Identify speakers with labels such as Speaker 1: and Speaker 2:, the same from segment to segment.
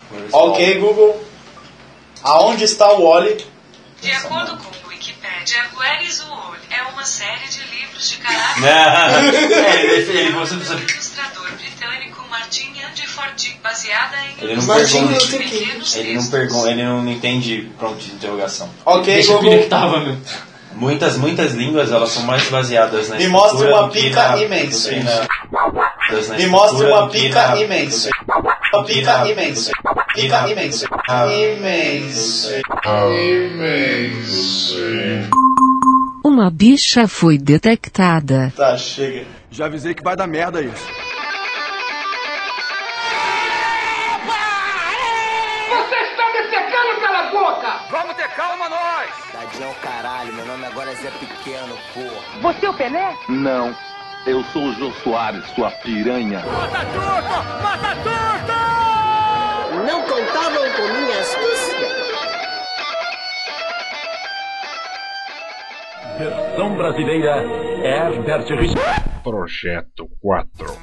Speaker 1: Ok, Google. Aonde está o Wally?
Speaker 2: De acordo com o Wikipedia, Where's o Wall é uma série de livros de caráter
Speaker 3: é, ele, ele, você não
Speaker 2: do
Speaker 3: sabe.
Speaker 2: ilustrador britânico Martin Andy baseada em
Speaker 3: Ele não
Speaker 4: Imagina,
Speaker 3: pergunta.
Speaker 4: eu tenho que-
Speaker 2: pequenos
Speaker 3: Ele não
Speaker 2: textos.
Speaker 3: pergunta, ele não entende pronto de interrogação.
Speaker 1: Ok,
Speaker 5: Deixa eu ver
Speaker 1: Google.
Speaker 5: que tava, meu.
Speaker 3: Muitas, muitas línguas elas são mais baseadas na
Speaker 1: Me mostre
Speaker 3: estrutura
Speaker 1: uma
Speaker 3: do que
Speaker 1: pica
Speaker 3: na-
Speaker 1: imensa.
Speaker 3: do que na- das- na
Speaker 1: Me mostre
Speaker 3: estrutura
Speaker 1: uma
Speaker 3: do que
Speaker 1: pica
Speaker 3: na-
Speaker 1: imensa.
Speaker 3: do
Speaker 1: Uma pica
Speaker 3: Pina-
Speaker 1: imensa.
Speaker 3: Pina-
Speaker 1: Pica imensa.
Speaker 3: Ah.
Speaker 1: Imensa.
Speaker 6: Uma bicha foi detectada.
Speaker 1: Tá, chega.
Speaker 7: Já avisei que vai dar merda isso.
Speaker 8: Tadinho é o caralho, meu nome agora é Zé Pequeno, porra.
Speaker 7: Não. Eu sou o Jô Soares, sua piranha.
Speaker 8: Não contavam com minha astúcia?
Speaker 9: Versão brasileira Herbert Richard.
Speaker 7: Projeto 4.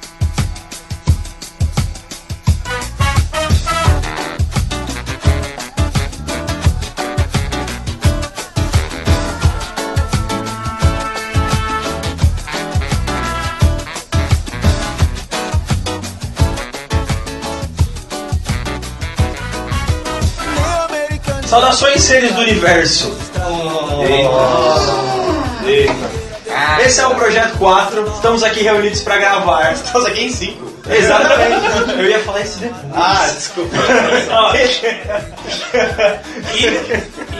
Speaker 1: Saudações, seres do universo. Eita. Eita. Esse é o Projeto 4. Estamos aqui reunidos pra gravar. Estamos aqui em 5.
Speaker 3: Exatamente. Eu ia falar isso depois.
Speaker 1: Ah, desculpa.
Speaker 5: Ó, e,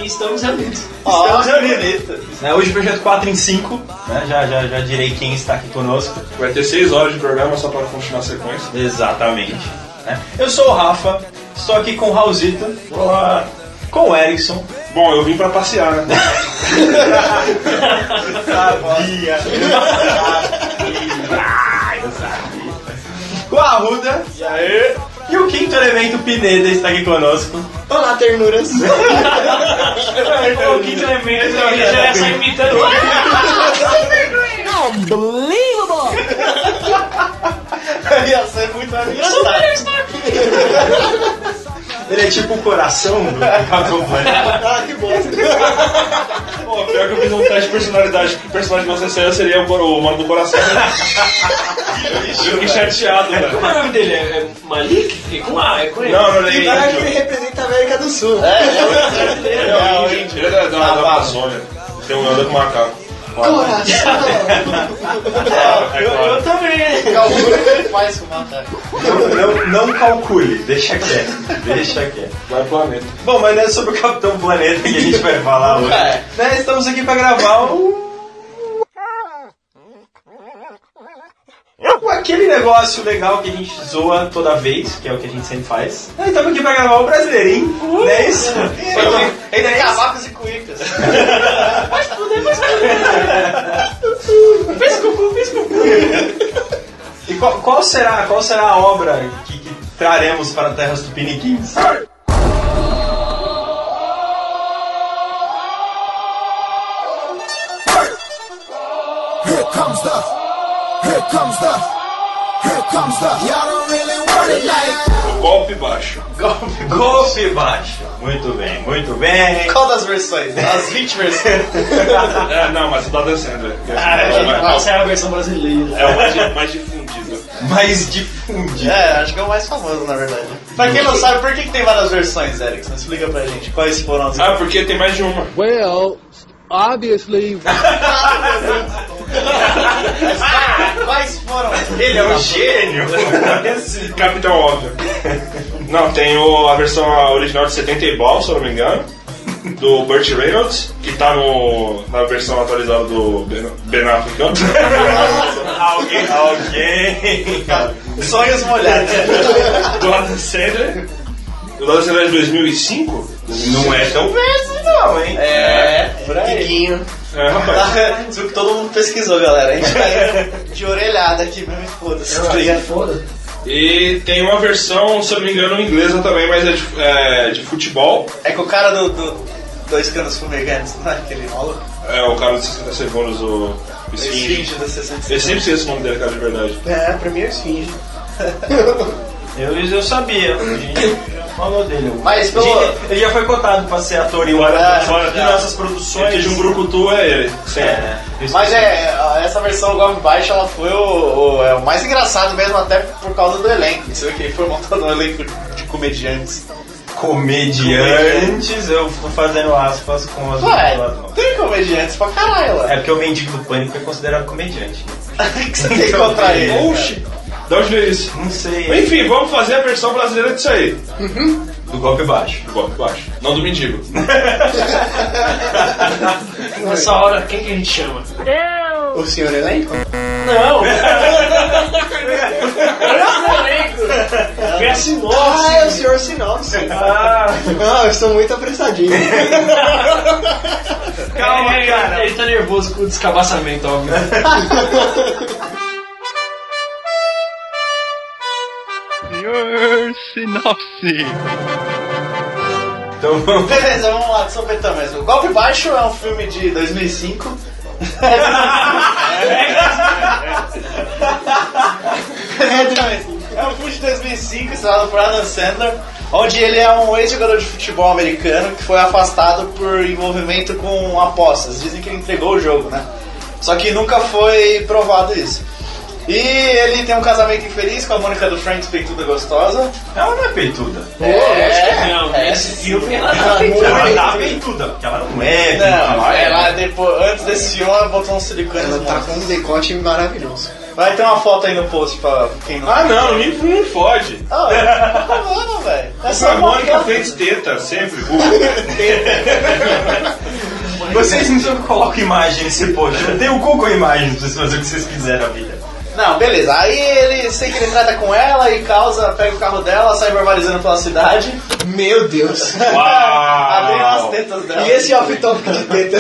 Speaker 5: e estamos reunidos.
Speaker 1: Estamos reunidos.
Speaker 3: Né, Hoje o Projeto 4 em 5. né, Já, já, já direi quem está aqui conosco.
Speaker 10: Vai ter 6 horas de programa só para continuar a sequência.
Speaker 3: Exatamente. né. Eu sou o Rafa, estou aqui com o Raulzito. Olá. Com o Erickson.
Speaker 10: Bom, eu vim para passear, né?
Speaker 1: Sabia.
Speaker 3: Com a Arruda. E aí? E o quinto elemento Pineda está aqui conosco.
Speaker 4: Olá, ternuras.
Speaker 5: O quinto elemento ele já é só imitando.
Speaker 1: Ia ser muito engraçado.
Speaker 3: Ele é tipo o coração do Cacofone.
Speaker 4: Ah, que bosta.
Speaker 10: Pô, pior que eu fiz um teste de personalidade, porque o personagem nossa série seria o, cor- o mano do coração. eu fiquei chateado, velho.
Speaker 5: Como é o nome dele? É é Malik? É com A, é com ele.
Speaker 10: Não, não,
Speaker 4: Que
Speaker 10: ele
Speaker 4: cara que
Speaker 10: é
Speaker 4: ele
Speaker 10: índio.
Speaker 4: representa a América do Sul.
Speaker 1: É,
Speaker 10: Ele é um índio. Ele é da, da, da Amazônia. Tem um anda com macaco. É
Speaker 5: eu,
Speaker 10: claro.
Speaker 5: eu também.
Speaker 1: Calcula o que ele faz com o macaco.
Speaker 3: Não, não calcule, deixa quieto. Deixa quieto.
Speaker 10: Vai pro planeta.
Speaker 3: Bom, mas não é sobre o Capitão Planeta que a gente vai falar hoje.
Speaker 1: É.
Speaker 3: Né, estamos aqui pra gravar o. Aquele negócio legal que a gente zoa toda vez, que é o que a gente sempre faz. Né, Estamos aqui pra gravar o Brasileirinho, não é isso?
Speaker 1: Uh!
Speaker 3: É
Speaker 1: Ainda tem abacos e cuicas.
Speaker 3: E qual, qual será, qual será a obra que, que traremos para Terras Tupiniquins?
Speaker 8: Here comes the, here comes the, here comes the. Y'all don't really want it like.
Speaker 10: Golpe baixo.
Speaker 3: Golpe baixo. Muito bem, muito bem.
Speaker 1: Qual das versões? As 20 versões.
Speaker 10: É, não, mas é. o da Alessandra.
Speaker 1: Ah,
Speaker 5: Essa é a versão brasileira.
Speaker 10: É o tá mais, mais difundido.
Speaker 3: Mais difundido.
Speaker 1: É, acho que é o mais famoso, na verdade. Pra
Speaker 5: Uhum.
Speaker 1: quem não sabe, por que, que tem várias versões, Erickson? Explica pra gente quais foram as
Speaker 10: Ah, porque tem mais de uma.
Speaker 7: Well, obviously.
Speaker 1: Quais foram?
Speaker 3: Ele é um gênio.
Speaker 10: Capitão Óbvio. Não, tem o- a versão original de 70 e Ball, se eu não me engano. Do Burt Reynolds, que tá no, na versão atualizada do Ben, ben Affleck.
Speaker 3: alguém, alguém.
Speaker 1: Sonhos molhados.
Speaker 10: Do Adam Sandler. O Adam Sandler é de 2005?
Speaker 3: Não é tão verso, não, hein?
Speaker 1: É,
Speaker 3: por aí.
Speaker 1: Tiquinho.
Speaker 10: É, rapaz.
Speaker 1: Tá, isso que todo mundo pesquisou, galera. A gente tá indo de orelhada aqui mesmo, e foda-se.
Speaker 10: E tem uma versão, se eu não me engano, inglesa também, mas é de, é, de futebol.
Speaker 1: É que o cara do, do Dois Canos Fumegantes, não é aquele maluco?
Speaker 10: É o cara dos 60 segundos, o o Esfinge.
Speaker 1: Esfinge da 60.
Speaker 10: Eu sempre esqueço o nome dele, cara, de verdade.
Speaker 1: É, pra mim é Esfinge.
Speaker 3: Eu, eu sabia. Falou dele. o-
Speaker 1: Mas pelo-
Speaker 3: Ele- Ele já foi cotado pra ser ator em uma
Speaker 1: É,
Speaker 3: fora de nossas produções.
Speaker 10: Seja um brucutu, é ele. Sim.
Speaker 3: É.
Speaker 1: Mas é, essa versão Golf Baixo ela foi o, o- é, o mais engraçado mesmo, até por causa do elenco. Você vê que ele foi montando um elenco de comediantes.
Speaker 3: Comediantes, eu tô fazendo aspas com as
Speaker 1: Ué,
Speaker 3: duas
Speaker 1: tem comediantes pra caralho lá.
Speaker 3: É porque o mendigo do pânico é considerado comediante. né?
Speaker 1: O que você tem contra ele? cara?
Speaker 10: Oxi, de onde veio isso?
Speaker 3: Não sei.
Speaker 10: Enfim, vamos fazer a versão brasileira disso aí.
Speaker 3: Do golpe baixo.
Speaker 10: Do golpe baixo. Não do mendigo.
Speaker 5: Nessa hora, quem que a gente chama?
Speaker 1: O senhor elenco?
Speaker 5: Não!
Speaker 1: Ah,
Speaker 5: Verso nosso!
Speaker 1: é o senhor Sinopse. Não, eu estou muito apressadinho.
Speaker 5: Calma, cara! Ele tá nervoso com o descabaçamento, óbvio.
Speaker 3: Então vamos.
Speaker 1: Beleza, vamos lá, de sopetão mesmo. Golpe Baixo é um filme de 2005. É, demais. É um filme de 2005, estrelado por Adam Sandler, onde ele é um ex-jogador de futebol americano que foi afastado por envolvimento com apostas. Dizem que ele entregou o jogo, né? Só que nunca foi provado isso. E ele tem um casamento infeliz com a Mônica do Friends Peituda Gostosa.
Speaker 3: Ela não é peituda.
Speaker 5: Não, nesse filme ela
Speaker 1: Ela
Speaker 5: tá
Speaker 1: é muito
Speaker 3: Ela tá
Speaker 1: peituda.
Speaker 3: peituda, porque ela não é peituda.
Speaker 1: Não, ela depois, antes desse filme ela botou um silicone Ela tá com um decote maravilhoso. Vai ter uma foto aí no post pra quem não.
Speaker 10: Ah, não, nem não fode.
Speaker 1: Ah, velho, tá falando, velho. É só
Speaker 10: A
Speaker 1: uma
Speaker 10: Mônica
Speaker 1: foto.
Speaker 10: fez teta, sempre. Google.
Speaker 3: Vocês
Speaker 1: é.
Speaker 3: não colocam imagem nesse post. Eu tenho o cu com imagem pra vocês fazerem o que vocês quiserem na vida.
Speaker 1: Não, beleza. Aí ele sei que ele trata com ela e causa, pega o carro dela, sai barbarizando pela cidade. Meu Deus. Abriu as
Speaker 10: Uau!
Speaker 1: tetas dela. E esse off-topic de teta.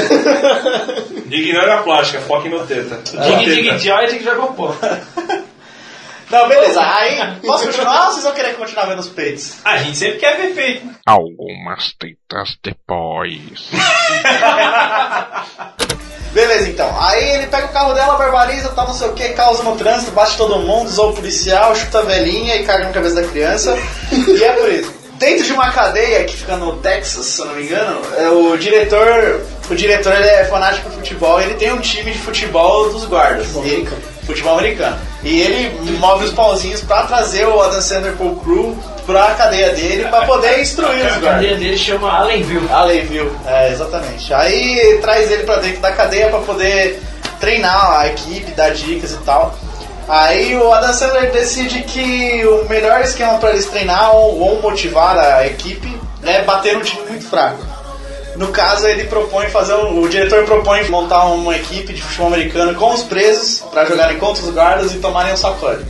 Speaker 10: Ignora a plástica, foque no teta.
Speaker 5: Dig, dig,
Speaker 10: Teta.
Speaker 5: joy, dig, jogou pó.
Speaker 1: Não, beleza. Aí, posso continuar ou vocês vão querer continuar vendo os peitos?
Speaker 3: A gente sempre quer ver feito.
Speaker 9: Algumas tetas depois.
Speaker 1: Beleza, então. Aí ele pega o carro dela, barbariza, tal, não sei o que, causa no trânsito, bate todo mundo, zoa o policial, chuta a velhinha e caga na cabeça da criança. e é por isso. Dentro de uma cadeia que fica no Texas, se eu não me engano, é, o diretor. O diretor ele é fanático de futebol ele tem um time de futebol dos guardas. Futebol americano. Futebol americano. E ele move os pauzinhos pra trazer o Adam Sandler pro crew pra cadeia dele pra poder instruir os
Speaker 5: A
Speaker 1: guardas.
Speaker 5: cadeia dele chama Allenville.
Speaker 1: Além, viu? É, exatamente. Aí traz ele pra dentro da cadeia pra poder treinar a equipe, dar dicas e tal. Aí o Adam Sandler decide que o melhor esquema pra eles treinar ou, ou motivar a equipe é bater um time muito fraco. No caso, ele propõe fazer um- o diretor propõe montar uma equipe de futebol americano com os presos pra jogarem contra os guardas e tomarem um sacode.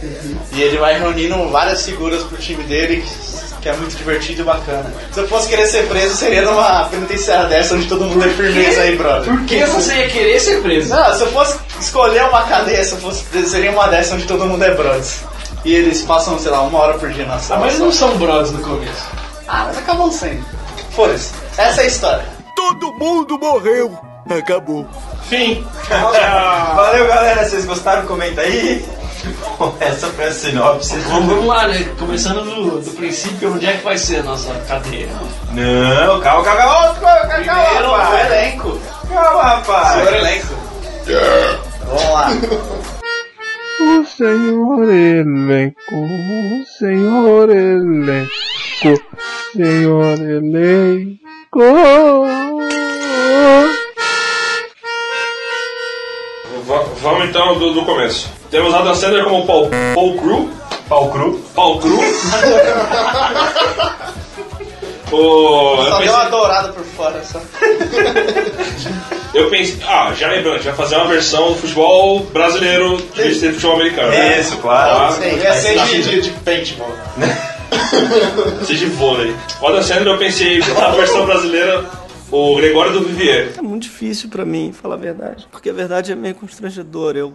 Speaker 1: E ele vai reunindo várias figuras pro time dele, que- que é muito divertido e bacana. Se eu fosse querer ser preso, seria numa penitenciária dessa onde todo mundo é firmeza aí, brother.
Speaker 5: Por que você ia querer ser preso?
Speaker 1: Não, se eu fosse escolher uma cadeia, se eu fosse, seria uma dessa onde todo mundo é brothers. E eles passam, sei lá, uma hora por dia na
Speaker 5: Ah,
Speaker 1: sala.
Speaker 5: mas eles não são bros no começo.
Speaker 1: Ah, mas acabou sendo. Foda-se. Essa é a história.
Speaker 8: Todo mundo morreu. Acabou.
Speaker 10: Fim.
Speaker 3: Valeu, galera. Vocês gostaram? Comenta aí. Bom, Essa foi a sinopse.
Speaker 5: Vamos, vamos lá, né? Começando do, do princípio, onde é que vai ser a nossa cadeia?
Speaker 3: Não, calma, calma, calma, calma,
Speaker 1: Primeiro,
Speaker 3: calma,
Speaker 1: o
Speaker 3: rapaz.
Speaker 1: elenco.
Speaker 3: Calma,
Speaker 1: Senhor
Speaker 3: rapaz.
Speaker 1: elenco. Vamos lá.
Speaker 9: O senhor elenco, o senhor elenco, senhor elenco.
Speaker 10: Va- Vamos então do, do começo. Temos Adam Sandler como Paul, Paul Crew.
Speaker 3: Pau cru.
Speaker 10: Paul Crew. o, eu,
Speaker 1: Só deu uma
Speaker 10: pensei,
Speaker 1: dourada por fora. Só.
Speaker 10: eu pensei- Ah, já lembrando, a gente vai fazer uma versão do futebol brasileiro de vez de futebol americano.
Speaker 1: É,
Speaker 10: né?
Speaker 3: Isso, claro.
Speaker 1: Sei, ia ser de, de, de paintball.
Speaker 10: Seja de vôlei. O Adam Sandler eu pensei na versão brasileira, o Gregório do Vivier.
Speaker 11: É muito difícil pra mim falar a verdade, porque a verdade é meio constrangedora. Eu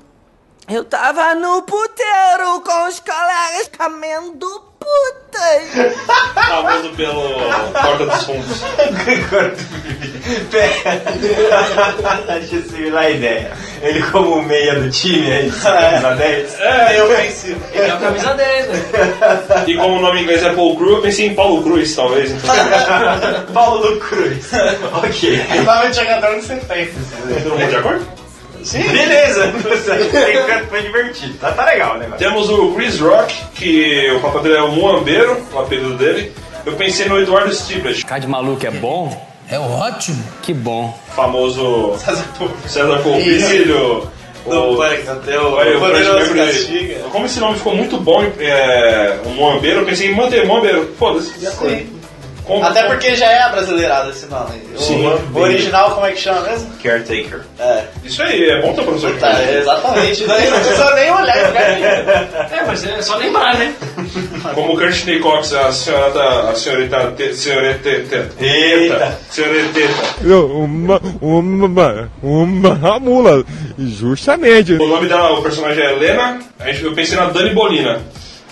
Speaker 11: eu tava no puteiro com os colegas comendo putas.
Speaker 10: Famoso pelo Porta dos Fundos.
Speaker 3: Gregório do Vivier. Achei similar Tá a ideia. Ele como o meia do time, aí tá camisa 10.
Speaker 10: É, eu pensei.
Speaker 5: Ele é o camisa 10, né?
Speaker 10: E como o nome em inglês é Paul Crew, eu pensei em Paulo Cruz, talvez. Então.
Speaker 3: Paulo Cruz. ok.
Speaker 1: Nome de jogador que você tem.
Speaker 10: Todo mundo de acordo?
Speaker 1: Sim.
Speaker 3: Beleza. Tem que- Foi divertido. Tá, tá legal o negócio.
Speaker 10: Temos o Chris Rock, que o papo dele é o Muambeiro, o apelido dele. Eu pensei no Eduardo Stiblet. Cara de maluco é bom? É ótimo. Que bom. Famoso César Polvilho.
Speaker 3: Do
Speaker 10: Pânico da Tela.
Speaker 3: o Poderoso Castiga.
Speaker 10: Como esse nome ficou muito bom, é, o Muambeiro, eu pensei em manter Muambeiro. Foda-se. Como-
Speaker 1: Até porque já é brasileirado esse nome. O-
Speaker 10: Sim.
Speaker 1: o original, como é que chama mesmo?
Speaker 3: Caretaker.
Speaker 1: É.
Speaker 10: Isso aí, é bom ter professor de
Speaker 1: Tá, é, exatamente. Daí não precisa nem olhar né? em lugar nenhum.
Speaker 5: É, mas é só lembrar, né?
Speaker 10: Como o Kurt Cox, a senhorita. A senhorita. Te, senhorita. Eita! Senhorita.
Speaker 9: Uma, uma, uma ramula, justamente.
Speaker 10: O nome da o personagem é Helena. A gente- Eu pensei na Dani Bolina.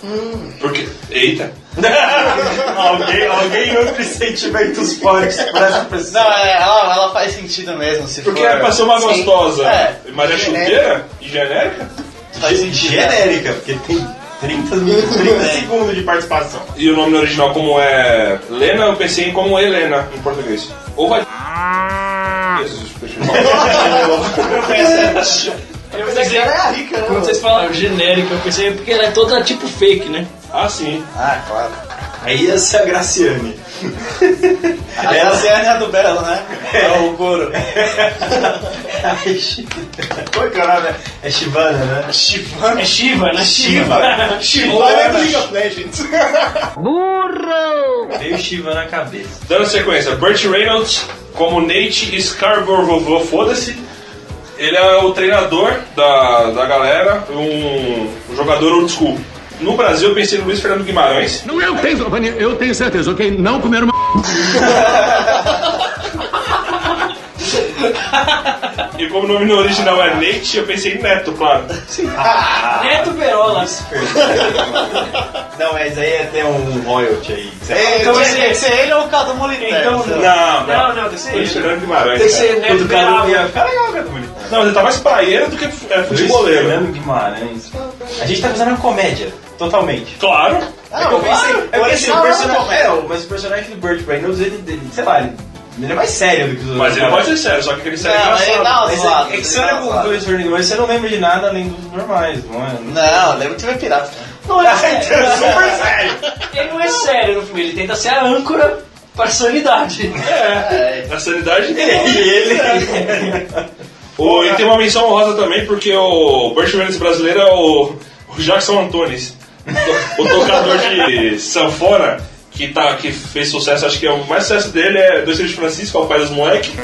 Speaker 1: Hum.
Speaker 10: Porque. Eita!
Speaker 3: alguém, alguém nutre sentimentos fortes pra essa pessoa.
Speaker 1: Não, é, ela, ela faz sentido mesmo. Se
Speaker 10: Porque
Speaker 1: for...
Speaker 10: era pra ser uma
Speaker 1: é, Sim.
Speaker 10: gostosa.
Speaker 1: É.
Speaker 10: Mas é chuteira e genérica.
Speaker 1: Faz sentido. né?
Speaker 3: Genérica, porque tem 30, mil- 30 segundos de participação.
Speaker 10: E o nome no original, como é Lena, eu pensei em como Helena em português. Ou vai. Jesus, deixa eu
Speaker 5: Eu
Speaker 1: Mas
Speaker 5: pensei,
Speaker 1: ela é a rica, né?
Speaker 5: quando vocês falaram genérica, eu pensei porque ela é toda tipo fake, né?
Speaker 10: Ah, sim.
Speaker 1: Ah, claro.
Speaker 3: Aí ia ser a Graciane.
Speaker 1: A Graciane é a do Belo, né? É o couro.
Speaker 3: Ai, Chi- Qual que é o nome? É Shivana, né?
Speaker 1: Chivana.
Speaker 5: É Shiva, né?
Speaker 3: Shiva.
Speaker 1: Chivana é do League of Legends.
Speaker 6: Burro!
Speaker 3: Veio Shiva na cabeça.
Speaker 10: Dando sequência, Burt Reynolds, como Nate Scarborough, vovô, foda-se. Ele é o treinador da, da galera, um, um jogador old school. No Brasil, eu pensei no Luiz Fernando Guimarães.
Speaker 12: Não, eu tenho, eu tenho certeza, ok? Não comeram uma.
Speaker 10: E como o nome no original é Nate, eu pensei em Neto, claro.
Speaker 5: Neto Perola.
Speaker 3: Não, mas aí ia ter um royalty aí.
Speaker 1: É,
Speaker 5: Então,
Speaker 1: tinha
Speaker 5: assim,
Speaker 1: que ser ele ou o Cadu Moliterno.
Speaker 5: Então,
Speaker 1: sei lá.
Speaker 10: Não, não.
Speaker 5: Não, não, tem que
Speaker 3: é
Speaker 5: ser
Speaker 10: Luiz
Speaker 5: ele.
Speaker 10: Fernando Guimarães.
Speaker 5: Tem que ser
Speaker 3: O do Cadu
Speaker 5: Neto Perola.
Speaker 3: ia ficar legal, cara, bonito.
Speaker 10: Não, mas ele tá mais praieiro do que é,
Speaker 3: Luiz
Speaker 10: futeboleiro.
Speaker 3: Fernando Guimarães. A gente tá fazendo uma comédia, totalmente.
Speaker 10: Claro.
Speaker 3: é que eu pensei,
Speaker 1: claro,
Speaker 3: é porque assim, o
Speaker 1: original é uma
Speaker 3: personagem,
Speaker 1: comédia.
Speaker 3: é, o- mas o personagem do Burt Reynolds, ele, ele, sei lá, ele, ele é mais sério do que os outros.
Speaker 10: Mas ele pode ser sério, só que aquele sério
Speaker 1: Não,
Speaker 10: engraçado.
Speaker 1: ele dá
Speaker 3: Mas
Speaker 1: zoado,
Speaker 3: é, é que
Speaker 1: ele
Speaker 3: se
Speaker 1: dá
Speaker 3: olha com
Speaker 1: zoado.
Speaker 3: dois Fernandes, você não lembra de nada além dos normais, não é?
Speaker 1: Não, lembra que vai pirata. Então,
Speaker 5: Não é sério.
Speaker 3: super sério.
Speaker 5: Ele não é sério no filme, ele tenta ser a âncora para a sanidade.
Speaker 1: É,
Speaker 10: A sanidade
Speaker 3: E ele.
Speaker 10: Ô, e tem uma menção honrosa também, porque o Burt Reynolds brasileiro é o, o Jackson Antunes, o o tocador de sanfona, que, tá, que fez sucesso, acho que é o mais sucesso dele é Dois Filhos de Francisco, é o pai dos moleque,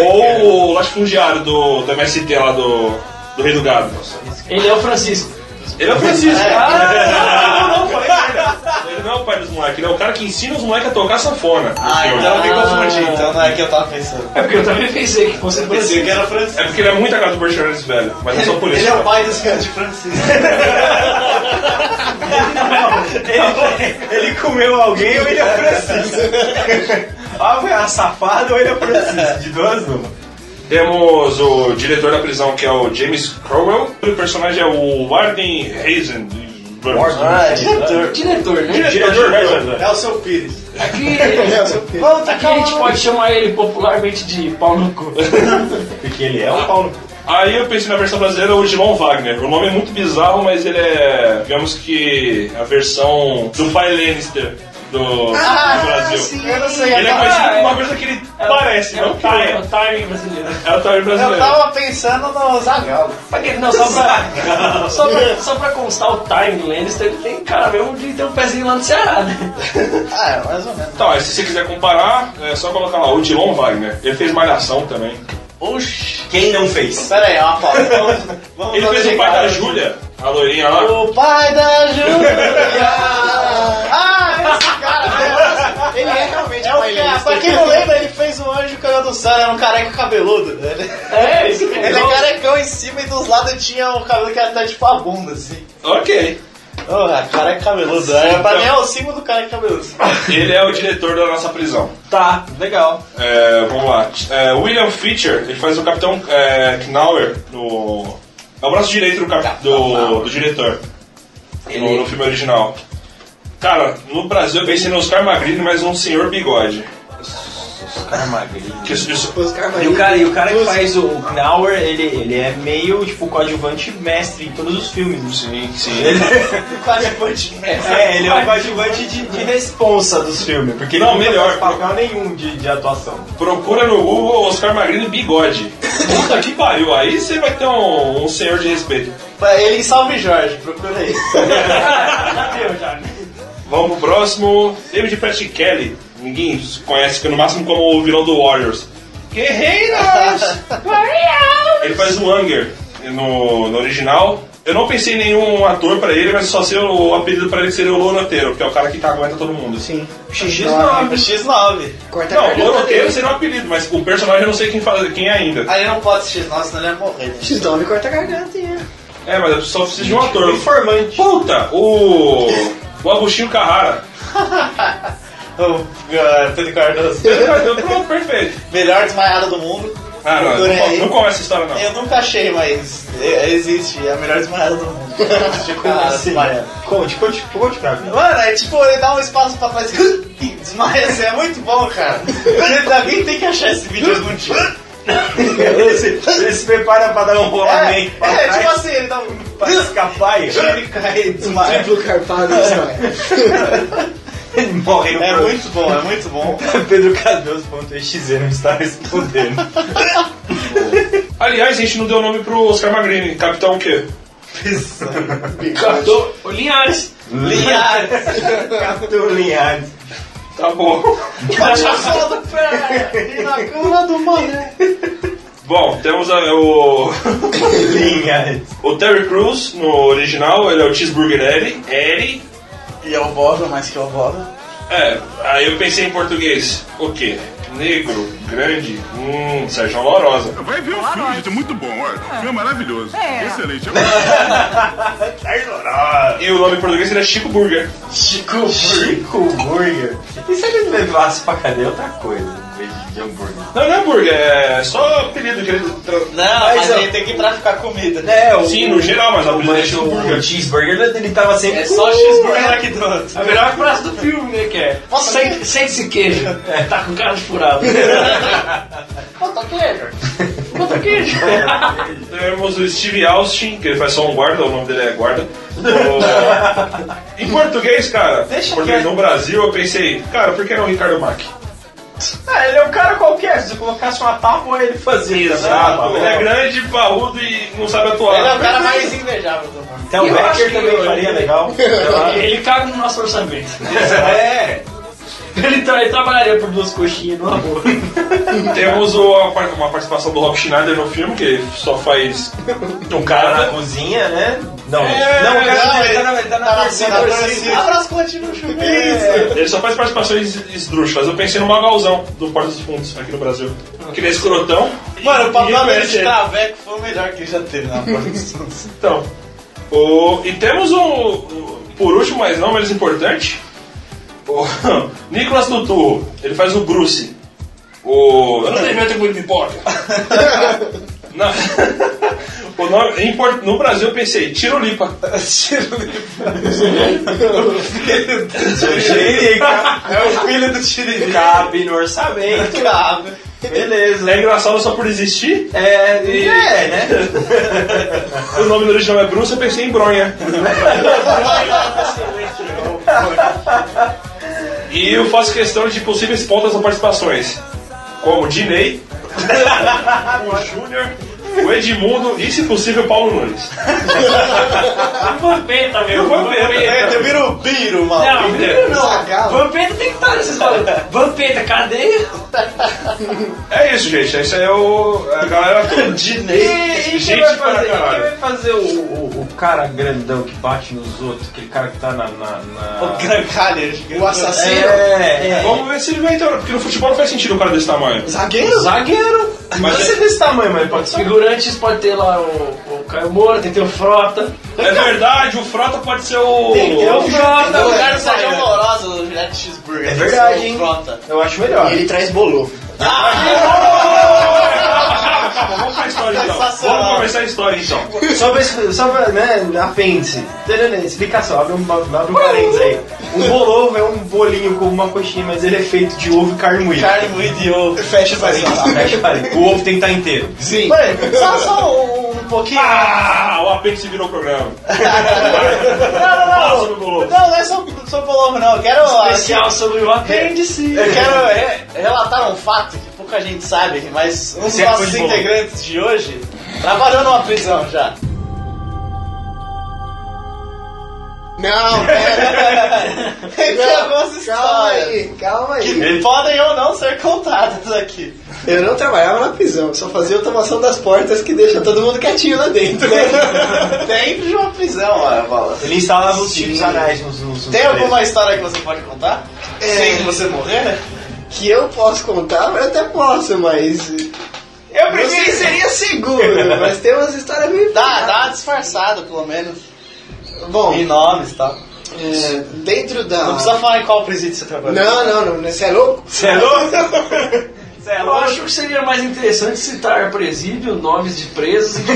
Speaker 10: ou o Latifundiário do, do MST lá do, do Rei do Gado.
Speaker 5: Ele é o Francisco.
Speaker 10: Ele é o Francisco.
Speaker 5: Ah,
Speaker 10: não, não, falei merda. Ele não é o pai dos moleques, ele é o cara que ensina os moleques a tocar sanfona.
Speaker 1: Ah,
Speaker 10: Eu-
Speaker 1: então eu me confundi. Então não é que eu tava pensando.
Speaker 5: É porque eu também pensei que fosse o
Speaker 1: Pensei
Speaker 5: Francisco.
Speaker 1: que era francês.
Speaker 10: É porque ele é muito a cara do Burt Reynolds velho, mas não só por isso.
Speaker 1: Ele é
Speaker 10: cara.
Speaker 1: o pai dos filhos de Francisco.
Speaker 3: ele, ele comeu alguém ou ele é Francisco? Ah, foi a safada ou ele é Francisco? De duas, uma.
Speaker 10: Temos o diretor da prisão, que é o James Crowell. E o personagem é o Warden Hazen.
Speaker 1: Ah, é diretor.
Speaker 5: Diretor, né?
Speaker 10: Diretor, né?
Speaker 1: É o seu Pires.
Speaker 5: Aqui,
Speaker 1: É o seu Pires.
Speaker 5: Volta, aqui a gente pode chamar ele popularmente de pau no cu.
Speaker 3: Porque ele é um Paulo.
Speaker 10: Aí eu pensei na versão brasileira o Gilon Wagner. O nome é muito bizarro, mas ele é, digamos que, a versão do pai Lannister do,
Speaker 1: Ah,
Speaker 10: do Brasil.
Speaker 1: Eu não sei.
Speaker 10: Ele é
Speaker 1: agora-
Speaker 10: conhecido
Speaker 5: Ah,
Speaker 10: por
Speaker 5: é.
Speaker 10: uma coisa que ele parece,
Speaker 5: é
Speaker 10: não
Speaker 5: o
Speaker 10: cai.
Speaker 5: time, o timing brasileiro.
Speaker 10: É o Tony
Speaker 1: Eu
Speaker 10: brasileiro.
Speaker 1: tava pensando no Zagalo.
Speaker 5: Pra quem- Não, só pra, só, pra, só pra constar o time do Lannister, ele tem cara mesmo de ter um pezinho lá no Ceará, né?
Speaker 1: Ah, é, mais ou menos.
Speaker 10: Então, aí, se você quiser comparar, é só colocar lá o Gilon Wagner. Ele fez Malhação também.
Speaker 1: Oxi.
Speaker 3: Quem não fez?
Speaker 1: Pera aí, é uma pausa. Vamos- vamos
Speaker 10: Ele fez o pai da
Speaker 1: verificar.
Speaker 10: Júlia, a loirinha lá.
Speaker 1: O pai da Júlia! ah, esse cara, né? ele é realmente é o cara. Pra quem não lembra, ele fez o anjo caiu do céu, era um careca cabeludo. né? Ele,
Speaker 5: É, isso que
Speaker 1: ele é carecão em cima e dos lados tinha um cabelo que era até tipo a bunda, assim.
Speaker 10: Ok.
Speaker 1: Ô, a cara é cabeludo. É, pra mim é o símbolo do cara é cabeludo.
Speaker 10: Ele é o diretor da nossa prisão.
Speaker 1: Tá, legal.
Speaker 10: É, vamos lá. É, William Fischer, ele faz o Capitão é, Knauer no. É o braço direito do, cap-
Speaker 3: Tá,
Speaker 10: do, do diretor. No, no filme original. Cara, no Brasil eu pensei no Oscar Magrini, mas um senhor bigode.
Speaker 3: Oscar Magrini.
Speaker 10: Que isso, isso-
Speaker 3: E o cara, e o cara que faz o Knauer, ele, ele é meio, tipo, coadjuvante mestre em todos os filmes.
Speaker 10: Sim, sim.
Speaker 3: Ele,
Speaker 1: Coadjuvante mestre.
Speaker 3: é, ele é um coadjuvante de, de responsa dos filmes, porque ele
Speaker 10: Não,
Speaker 3: nunca
Speaker 10: melhor.
Speaker 3: faz papel nenhum de, de atuação.
Speaker 10: Procura no Google Oscar Magrini bigode. Puta que pariu, aí você vai ter um, um senhor de respeito.
Speaker 1: Pra ele em Salve Jorge, procura aí.
Speaker 5: né?
Speaker 10: Vamos pro próximo. David Patrick Kelly. Ninguém conhece, no máximo, como o vilão do Warriors. Guerreiros! Ele faz o Anger no, no original. Eu não pensei em nenhum ator pra ele, mas só sei o, apelido pra ele seria o Lonoteiro, que é o cara que tá, aguenta todo mundo. Sim.
Speaker 1: X9. X9.
Speaker 10: Não, Lonoteiro seria o apelido, mas o personagem eu não sei quem, faz, quem é ainda.
Speaker 1: Aí ele não pode ser X9, senão ele ia morrer. Né?
Speaker 3: X9 corta a gargantinha.
Speaker 10: É, mas eu só preciso de um ator.
Speaker 3: Informante.
Speaker 10: Puta, o. O Agostinho Carrara.
Speaker 1: O uh, Pedro Cardoso.
Speaker 10: Pronto, perfeito.
Speaker 1: Melhor desmaiada do mundo.
Speaker 10: Ah, não,
Speaker 1: Procurem
Speaker 10: não,
Speaker 1: aí.
Speaker 10: não começa essa história não.
Speaker 1: Eu nunca achei, mas é, existe. É a melhor desmaiada do mundo. Tipo, cara, desmaiada.
Speaker 3: Conte, conte, conte pra mim.
Speaker 1: Mano, é tipo, ele dá um espaço pra trás e desmaia. assim, É muito bom, cara. Alguém tem que achar esse vídeo algum dia.
Speaker 3: Ele se, ele se prepara pra dar um
Speaker 1: É,
Speaker 3: rolamento pra
Speaker 1: é
Speaker 3: trás,
Speaker 1: tipo assim, ele dá um...
Speaker 3: pra escapar e
Speaker 1: Ele cai e desmaia.
Speaker 7: Triplo carpado isso
Speaker 3: ele morre.
Speaker 1: É muito bom, é muito bom.
Speaker 3: Pedro Cardoso.exe não está respondendo.
Speaker 10: Aliás, a gente não deu nome pro Oscar Magrini. Capitão o quê?
Speaker 5: Captou o Linhares.
Speaker 1: Linhares.
Speaker 3: Capitão Linhares.
Speaker 10: Tá bom.
Speaker 1: Bate a sola do pé. E na cama do mané.
Speaker 10: Bom, temos a- o,
Speaker 1: é.
Speaker 3: Linhares.
Speaker 10: o Terry Crews no original, ele é o Cheeseburger Eddie. Eddie.
Speaker 1: E é o Bob, mais que é o Bob.
Speaker 10: É, aí eu pensei em português. O quê? Negro, grande, hum, Sérgio Lourosa.
Speaker 12: Vai ver o filme, gente, é muito bom, olha. O filme é maravilhoso. Excelente.
Speaker 1: Ah.
Speaker 10: E o nome em português seria Chico Burger.
Speaker 3: Chico, Chico Burger. E se ele levasse pra cadeia é outra coisa, em vez de um hambúrguer?
Speaker 10: Não, não é burger, é só apelido que ele. tra-
Speaker 1: Não, mas,
Speaker 3: Mas, ó,
Speaker 1: ele tem que traficar comida.
Speaker 3: É, o,
Speaker 10: Sim, no geral, mas a
Speaker 3: o,
Speaker 10: hambúrguer é
Speaker 3: o,
Speaker 10: cheeseburger.
Speaker 3: o cheeseburger ele tava sempre.
Speaker 1: É só cheeseburger aqui do outro.
Speaker 5: A melhor frase do filme, né, que é...
Speaker 1: Nossa,
Speaker 5: Sente, sente esse queijo.
Speaker 3: É.
Speaker 5: Tá com cara de furado.
Speaker 1: Falta queijo.
Speaker 5: Bota queijo.
Speaker 10: Temos o Steve Austin, que ele faz só um guarda, o nome dele é guarda. O- em português, cara,
Speaker 3: Deixa
Speaker 10: português
Speaker 3: quieto.
Speaker 10: no Brasil, eu pensei, cara, por que não Ricardo Mack?
Speaker 3: Ah, ele é um cara qualquer, se você colocasse uma tábua ele fazia. né?
Speaker 10: Exato, ele é grande, barrudo e não sabe atuar.
Speaker 1: Ele é o cara mais invejável do mundo.
Speaker 3: Então o
Speaker 5: Eu acho
Speaker 3: Becker
Speaker 5: que
Speaker 3: também
Speaker 5: eu-
Speaker 3: faria legal.
Speaker 5: Ele caga no nosso orçamento.
Speaker 3: é.
Speaker 5: Ele, tra ele trabalharia por duas coxinhas numa boa.
Speaker 10: Temos o- a par- uma participação do Rob Schneider no filme, que ele só faz um
Speaker 3: Cara na
Speaker 10: cara.
Speaker 3: cozinha, né? Não,
Speaker 10: É,
Speaker 3: não, o cara
Speaker 1: não,
Speaker 3: tá-
Speaker 1: ele
Speaker 3: ele tá na- ele tá na torcida.
Speaker 1: Abraço coletivo no chuveiro.
Speaker 10: Ele só faz participações esdrúxulas. Eu pensei no Magalzão, do Porta dos Fundos, aqui no Brasil. Que ele é escrotão.
Speaker 1: Mano, o tá papel
Speaker 10: Ninguém
Speaker 1: dele
Speaker 10: conhece
Speaker 1: de
Speaker 10: ele.
Speaker 1: Traveco foi o melhor que ele já teve na porta dos fundos.
Speaker 10: Então, o- e temos um, o- por último, mas não menos importante, o Nicolas Tutu. Ele faz o Bruce. O. Eu não tenho medo de muito pipoca. Não. O nome, em por- no Brasil eu pensei, Tirolipa.
Speaker 3: Ele
Speaker 1: É o filho do Tiririca.
Speaker 3: cabe no orçamento.
Speaker 1: Cabe.
Speaker 3: Beleza.
Speaker 10: É engraçado só por existir.
Speaker 3: É, e- é, né?
Speaker 10: O nome do original é Bruce, eu pensei em Bronha. E eu faço questão de possíveis pontas ou participações. Como Dinei, o Júnior, o Edmundo e, se possível, o Paulo Nunes.
Speaker 3: tá-
Speaker 5: Vampeta, meu.
Speaker 1: É,
Speaker 5: Vampeta.
Speaker 1: tem o Birubiru, mano.
Speaker 5: Não, primeiro não. Vampeta tem que estar nesses valores. Vampeta, cadeia.
Speaker 10: É isso, gente. Essa é o, a galera toda.
Speaker 3: E, e quem
Speaker 10: Gente
Speaker 3: vai
Speaker 10: para
Speaker 3: fazer, quem
Speaker 10: caralho.
Speaker 3: vai fazer o, o, o cara grandão que bate nos outros? Aquele cara que tá na. na, na-
Speaker 1: O Grancalha, gigante.
Speaker 7: O assassino.
Speaker 3: É, é.
Speaker 10: Vamos ver se ele vai entrar. Porque no futebol não faz sentido um cara desse tamanho.
Speaker 7: Zagueiro?
Speaker 3: Zagueiro! Mas você desse tamanho, mas pode
Speaker 5: Os figurantes pode ter lá o, o Caio Moura, tem que ter o Frota.
Speaker 10: É verdade, o Frota pode ser o.
Speaker 1: Tem que ter o Frota,
Speaker 3: é.
Speaker 1: o cara
Speaker 7: Sérgio
Speaker 1: saiu.
Speaker 7: Amoroso do Juliette Cheeseburger.
Speaker 1: É verdade,
Speaker 7: Tem que ser o
Speaker 1: hein?
Speaker 7: Frota.
Speaker 1: Eu acho melhor.
Speaker 7: E ele traz bolo.
Speaker 10: Vamos pra história então. Vamos começar a história então.
Speaker 3: Só pra, só pra, né, apêndice. Entendeu? Explicação, abre um, abre um parênteses aí. Um bolovo é um bolinho com uma coxinha, mas ele é feito de ovo e carne moída.
Speaker 7: Carne moída e ovo.
Speaker 1: Fecha o parênteses.
Speaker 3: Fecha parênteses. O ovo tem que estar inteiro.
Speaker 7: Sim.
Speaker 1: Mano, só, só um, um pouquinho.
Speaker 10: Ah, o apêndice virou o programa.
Speaker 1: não,
Speaker 10: Fala
Speaker 1: não,
Speaker 10: sobre
Speaker 1: não.
Speaker 10: o
Speaker 1: Não,
Speaker 10: bolovo.
Speaker 1: não é só, só Bolovo, não. Eu quero.
Speaker 5: Especial sobre o apêndice.
Speaker 1: Eu quero re- relatar um fato que pouca gente sabe, mas um dos
Speaker 3: Certo,
Speaker 1: nossos
Speaker 3: de boa.
Speaker 1: integrantes de hoje trabalhou numa prisão já.
Speaker 7: Não,
Speaker 1: Tem algumas
Speaker 7: calma
Speaker 1: histórias
Speaker 7: aí, calma aí.
Speaker 1: que podem ou não ser contadas aqui.
Speaker 7: Eu não trabalhava na prisão, só fazia automação das portas que deixa todo mundo quietinho lá dentro.
Speaker 1: Dentro de uma prisão, olha, Bola.
Speaker 3: Ele instalava os
Speaker 1: Sim.
Speaker 3: tipos anais nos, nos, nos
Speaker 1: Tem
Speaker 3: presos.
Speaker 1: alguma história que você pode contar?
Speaker 7: É.
Speaker 1: Sem que você morrer? né?
Speaker 7: Que eu posso contar, eu até posso, mas.
Speaker 1: Eu
Speaker 7: Você seria seguro, mas tem umas histórias meio.
Speaker 1: Dá, dá uma disfarçada, pelo menos.
Speaker 7: Bom,
Speaker 1: Em nomes e tal.
Speaker 7: é, dentro da.
Speaker 1: Não precisa falar em qual presídio você trabalha.
Speaker 7: Não, não, não, você é louco?
Speaker 3: Você é louco?
Speaker 5: É, Eu acho que seria mais interessante citar presídio, nomes de presos e de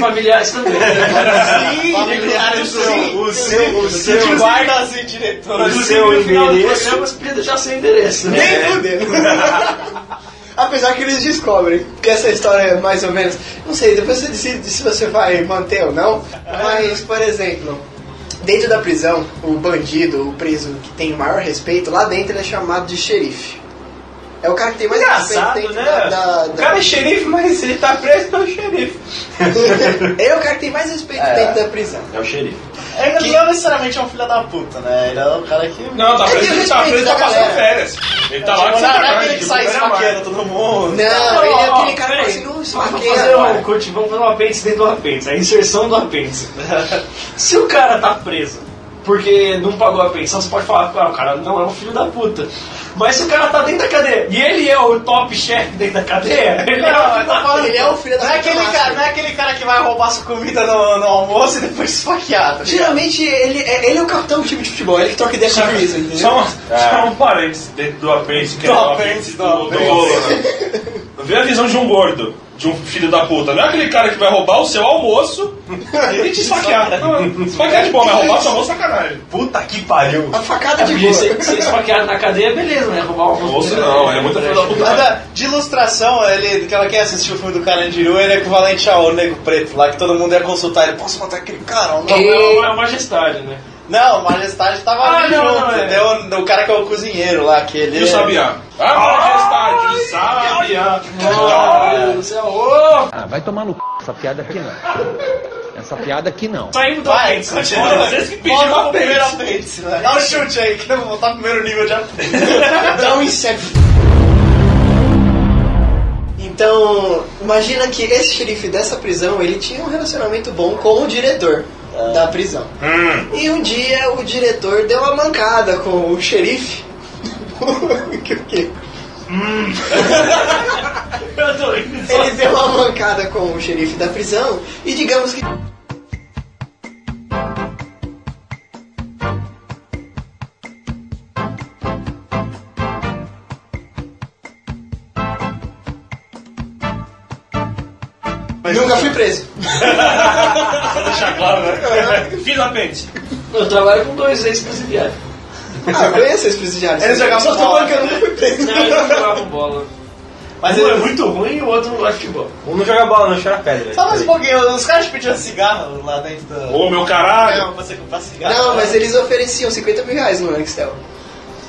Speaker 5: familiares também.
Speaker 1: Sim, familiares do
Speaker 3: seu- o seu- o seu
Speaker 1: guardas e diretores.
Speaker 3: o seu endereço.
Speaker 5: Mas podia deixar sem endereço, né?
Speaker 3: É.
Speaker 7: Nem fudendo. Apesar que eles descobrem que essa história é mais ou menos. Não sei, depois você decide se você vai manter ou não. Mas, por exemplo, dentro da prisão, o bandido, o preso que tem o maior respeito, lá dentro ele é chamado de xerife. É o cara que tem mais
Speaker 3: Engraçado,
Speaker 7: respeito
Speaker 3: né?
Speaker 7: dentro da, da-
Speaker 3: O
Speaker 7: da-
Speaker 3: cara é xerife, mas ele tá preso pelo xerife.
Speaker 7: Ele é o cara que tem mais respeito
Speaker 1: É.
Speaker 7: dentro da prisão.
Speaker 3: É o xerife.
Speaker 1: Ele não necessariamente é um filho da puta, né? Ele é o cara que.
Speaker 10: Não, tá
Speaker 7: É que
Speaker 10: preso,
Speaker 7: eu
Speaker 10: tá
Speaker 7: respeito
Speaker 10: preso, tá
Speaker 7: da
Speaker 10: passando
Speaker 7: galera.
Speaker 10: férias. Ele tá lá
Speaker 1: Não,
Speaker 10: de
Speaker 1: não é
Speaker 10: sacanagem.
Speaker 1: aquele que sai
Speaker 10: tipo, vai na
Speaker 1: esfaqueando todo mundo.
Speaker 7: Não, ele é aquele cara que fala assim, não, isso
Speaker 5: Vamos
Speaker 7: aqui
Speaker 5: fazer
Speaker 7: é.
Speaker 5: um, curti- vamos fazer um apêndice dentro do apêndice, a inserção do apêndice. Se o cara tá preso porque não pagou a pensão, você pode falar, ah, o cara não é um filho da puta. Mas se o cara tá dentro da cadeia e ele é o top chefe dentro da cadeia, ele é o filho da puta.
Speaker 7: Ele é o filho da
Speaker 1: Não é,
Speaker 7: puta
Speaker 1: aquele
Speaker 7: máscara.
Speaker 1: cara, não é aquele cara que vai roubar sua comida no, no almoço e depois esfaqueado.
Speaker 7: Geralmente ele é, ele é o capitão do time de futebol, ele que troca ideia sobre isso, entendeu?
Speaker 10: Só, um- só um parênteses dentro do apêndice, que é
Speaker 1: Do
Speaker 10: o
Speaker 1: apêndice,
Speaker 10: apêndice
Speaker 1: do
Speaker 10: do, do
Speaker 1: apêndice.
Speaker 10: bolo, né? Vê a visão de um gordo, de um filho da puta. Não é aquele cara que vai roubar o seu almoço e nem te esfaquear. Não, Esfaquear de boa, mas roubar seu almoço é sacanagem.
Speaker 3: Puta que pariu.
Speaker 7: A facada
Speaker 5: É
Speaker 7: Tá de
Speaker 5: porque
Speaker 7: boa.
Speaker 5: ser, ser esfaqueado na cadeia, beleza, né? Roubar um
Speaker 10: Almoço não, é muita filho da puta.
Speaker 1: Mas ah, de ilustração, ele, que ela quer assistir o filme do Carandiru, ele é equivalente ao Nego Preto, lá que todo mundo ia consultar. Ele, posso matar aquele cara ou não?
Speaker 5: Não, é uma majestade, né?
Speaker 1: Não, o Majestade tava
Speaker 5: Ah,
Speaker 1: ali
Speaker 5: não,
Speaker 1: junto,
Speaker 5: não, é.
Speaker 1: entendeu? O cara que é o cozinheiro lá, que ele... é-
Speaker 10: E o sabiá? A majestade, o sabiá.
Speaker 5: Ah, do céu, ô!
Speaker 8: Ah, vai tomar no c... essa piada aqui não. Essa piada aqui não.
Speaker 5: Saímos do
Speaker 1: Vai,
Speaker 3: né?
Speaker 5: apêndice.
Speaker 1: continua.
Speaker 10: Vocês que pediram
Speaker 1: Volta pro primeiro
Speaker 10: apêndice.
Speaker 1: apêndice, né? Dá um chute aí, que eu vou voltar pro primeiro nível de apêndice.
Speaker 7: Dá um inception. Então, imagina que esse xerife dessa prisão, ele tinha um relacionamento bom com o diretor da prisão.
Speaker 1: Hum.
Speaker 7: E um dia o diretor deu uma mancada com o xerife. Que o quê?
Speaker 1: Hum.
Speaker 5: Eu tô indo.
Speaker 7: Ele deu uma mancada com o xerife da prisão e digamos que nunca fui preso.
Speaker 10: Pra deixar claro, né? Filho da apêndice.
Speaker 5: Eu trabalho com dois ex-presidiários.
Speaker 7: Ah, eu conheço esses presidiários.
Speaker 1: Eles jogavam
Speaker 7: Só tô
Speaker 1: bola,
Speaker 7: falando que eu nunca fui preso.
Speaker 5: Não, eles não jogavam bola.
Speaker 1: Mas
Speaker 5: um
Speaker 1: ele-
Speaker 5: é muito ruim e o outro é não gosta de futebol.
Speaker 3: Um não joga bola, não chora pedra.
Speaker 1: Só mais um pouquinho, os caras pediam cigarro lá dentro do...
Speaker 10: Ô, meu caralho.
Speaker 1: Não, pra você comprar cigarro.
Speaker 7: Não, mas eles ofereciam 50 mil reais no Nextel.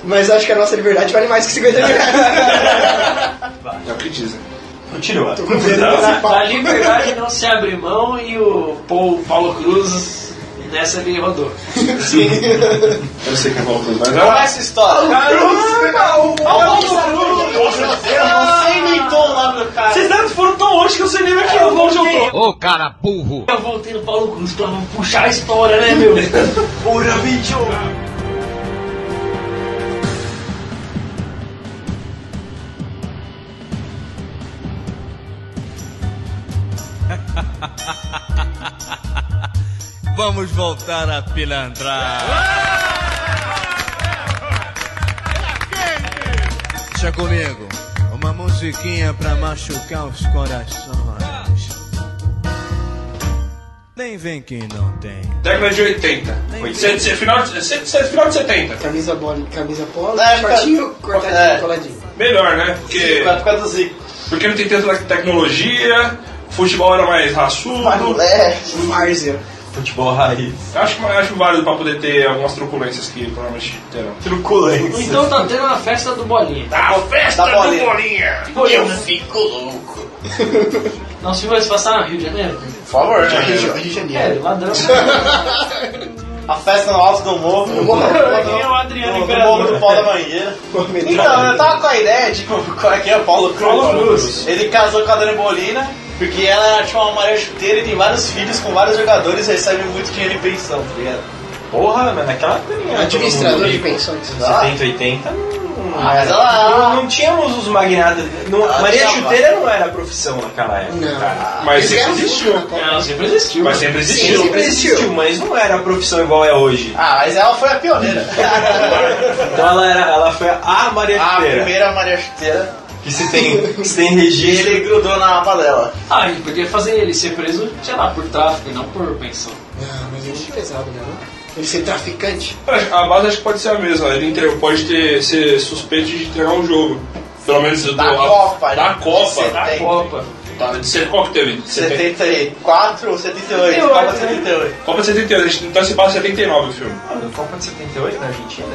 Speaker 7: Mas acho que a nossa liberdade vale mais que 50 mil reais.
Speaker 10: É o que dizem.
Speaker 3: Continua.
Speaker 7: Tô com medo
Speaker 3: um
Speaker 7: desse
Speaker 5: A
Speaker 7: papo.
Speaker 5: liberdade não se abre mão e o Paul- Paulo Cruz nessa ele rodou.
Speaker 10: Eu sei que é bom, mas é
Speaker 1: Começa a história. Eu não sei nem tô lá meu cara.
Speaker 3: Vocês não foram tão longe que eu sei nem onde é que eu vou onde eu tô.
Speaker 9: Ô cara burro!
Speaker 5: Eu voltei no Paulo Cruz pra puxar a história, né, meu?
Speaker 1: Ora, bicho!
Speaker 7: Vamos voltar a pilantrar. Deixa comigo, uma musiquinha pra machucar os corações. Nem vem quem não tem.
Speaker 10: Década de 80. 800, e final, de- se- se- final de 70.
Speaker 13: Camisa, boli, camisa polo,
Speaker 1: É,
Speaker 13: shortinho,
Speaker 1: cara.
Speaker 13: cortadinho,
Speaker 1: É.
Speaker 13: coladinho.
Speaker 10: Melhor, né? Porque. Vai
Speaker 1: ficar do Zico.
Speaker 10: Porque não tem tanta tecnologia, futebol era mais raçudo.
Speaker 13: Várzea.
Speaker 3: Futebol raiz.
Speaker 10: Eu acho, eu acho válido pra poder ter algumas truculências que provavelmente terão.
Speaker 5: Ou Então tá tendo a festa do Bolinha. Tipo
Speaker 10: Tá, a festa
Speaker 5: Da
Speaker 10: do Bolinha. Eu
Speaker 5: fico louco. Nosso filme vai se passar no Rio de Janeiro? Por
Speaker 1: favor.
Speaker 5: Rio, de Janeiro. É, ladrão.
Speaker 1: A festa no alto do morro.
Speaker 5: O morro- Quem é o Adriano
Speaker 1: do, do
Speaker 5: Imperador?
Speaker 1: morro do pau da mangueira. Então, eu tava com a ideia de como- qual é que é o Paulo Cruz.
Speaker 5: Paulo Cruz.
Speaker 1: Ele casou com a Dani Bolina, porque ela era tipo uma Maria chuteira e tem vários filhos com vários jogadores e recebe muito dinheiro em pensão, tá ligado?
Speaker 3: Porra, mas naquela época.
Speaker 13: Administrador de pensões.
Speaker 3: 70, 80.
Speaker 1: Ah, mas ela-
Speaker 3: Não, não tínhamos os magnatas. Não,
Speaker 1: Ah,
Speaker 3: Maria
Speaker 1: tinha,
Speaker 3: Chuteira não era profissão naquela época.
Speaker 13: Não.
Speaker 3: cara.
Speaker 10: Mas sempre existiu.
Speaker 13: Ah,
Speaker 5: Não, sempre existiu.
Speaker 10: Mas sempre
Speaker 3: Sim,
Speaker 10: existiu.
Speaker 3: sempre existiu, mas não era a profissão igual é hoje.
Speaker 1: Ah, mas ela foi a pioneira.
Speaker 3: Então ela, era, ela foi a Maria
Speaker 1: a
Speaker 3: Chuteira.
Speaker 1: primeira Maria chuteira.
Speaker 3: Que se tem, que se tem
Speaker 1: E
Speaker 3: registro.
Speaker 1: ele grudou na aba dela.
Speaker 5: Ah, a gente podia fazer ele ser preso, sei lá, por tráfico e não por pensão.
Speaker 13: Ah, mas é muito pesado, né? não? Ele ser traficante.
Speaker 10: A base acho que pode ser a mesma. Ele entre- pode ter, ser suspeito de entregar um jogo. Pelo menos do,
Speaker 1: Da
Speaker 10: a-
Speaker 1: Copa,
Speaker 10: Da
Speaker 1: né?
Speaker 10: Copa.
Speaker 1: De
Speaker 10: Da
Speaker 1: 70.
Speaker 10: Copa. Tá, de ser, qual que teve? De 70.
Speaker 1: 74 ou 78?
Speaker 10: 78,
Speaker 1: Copa
Speaker 10: né?
Speaker 1: 78.
Speaker 10: Copa de 78, a gente então se passa 79 o filme.
Speaker 3: Ah, Copa de 78 na Argentina?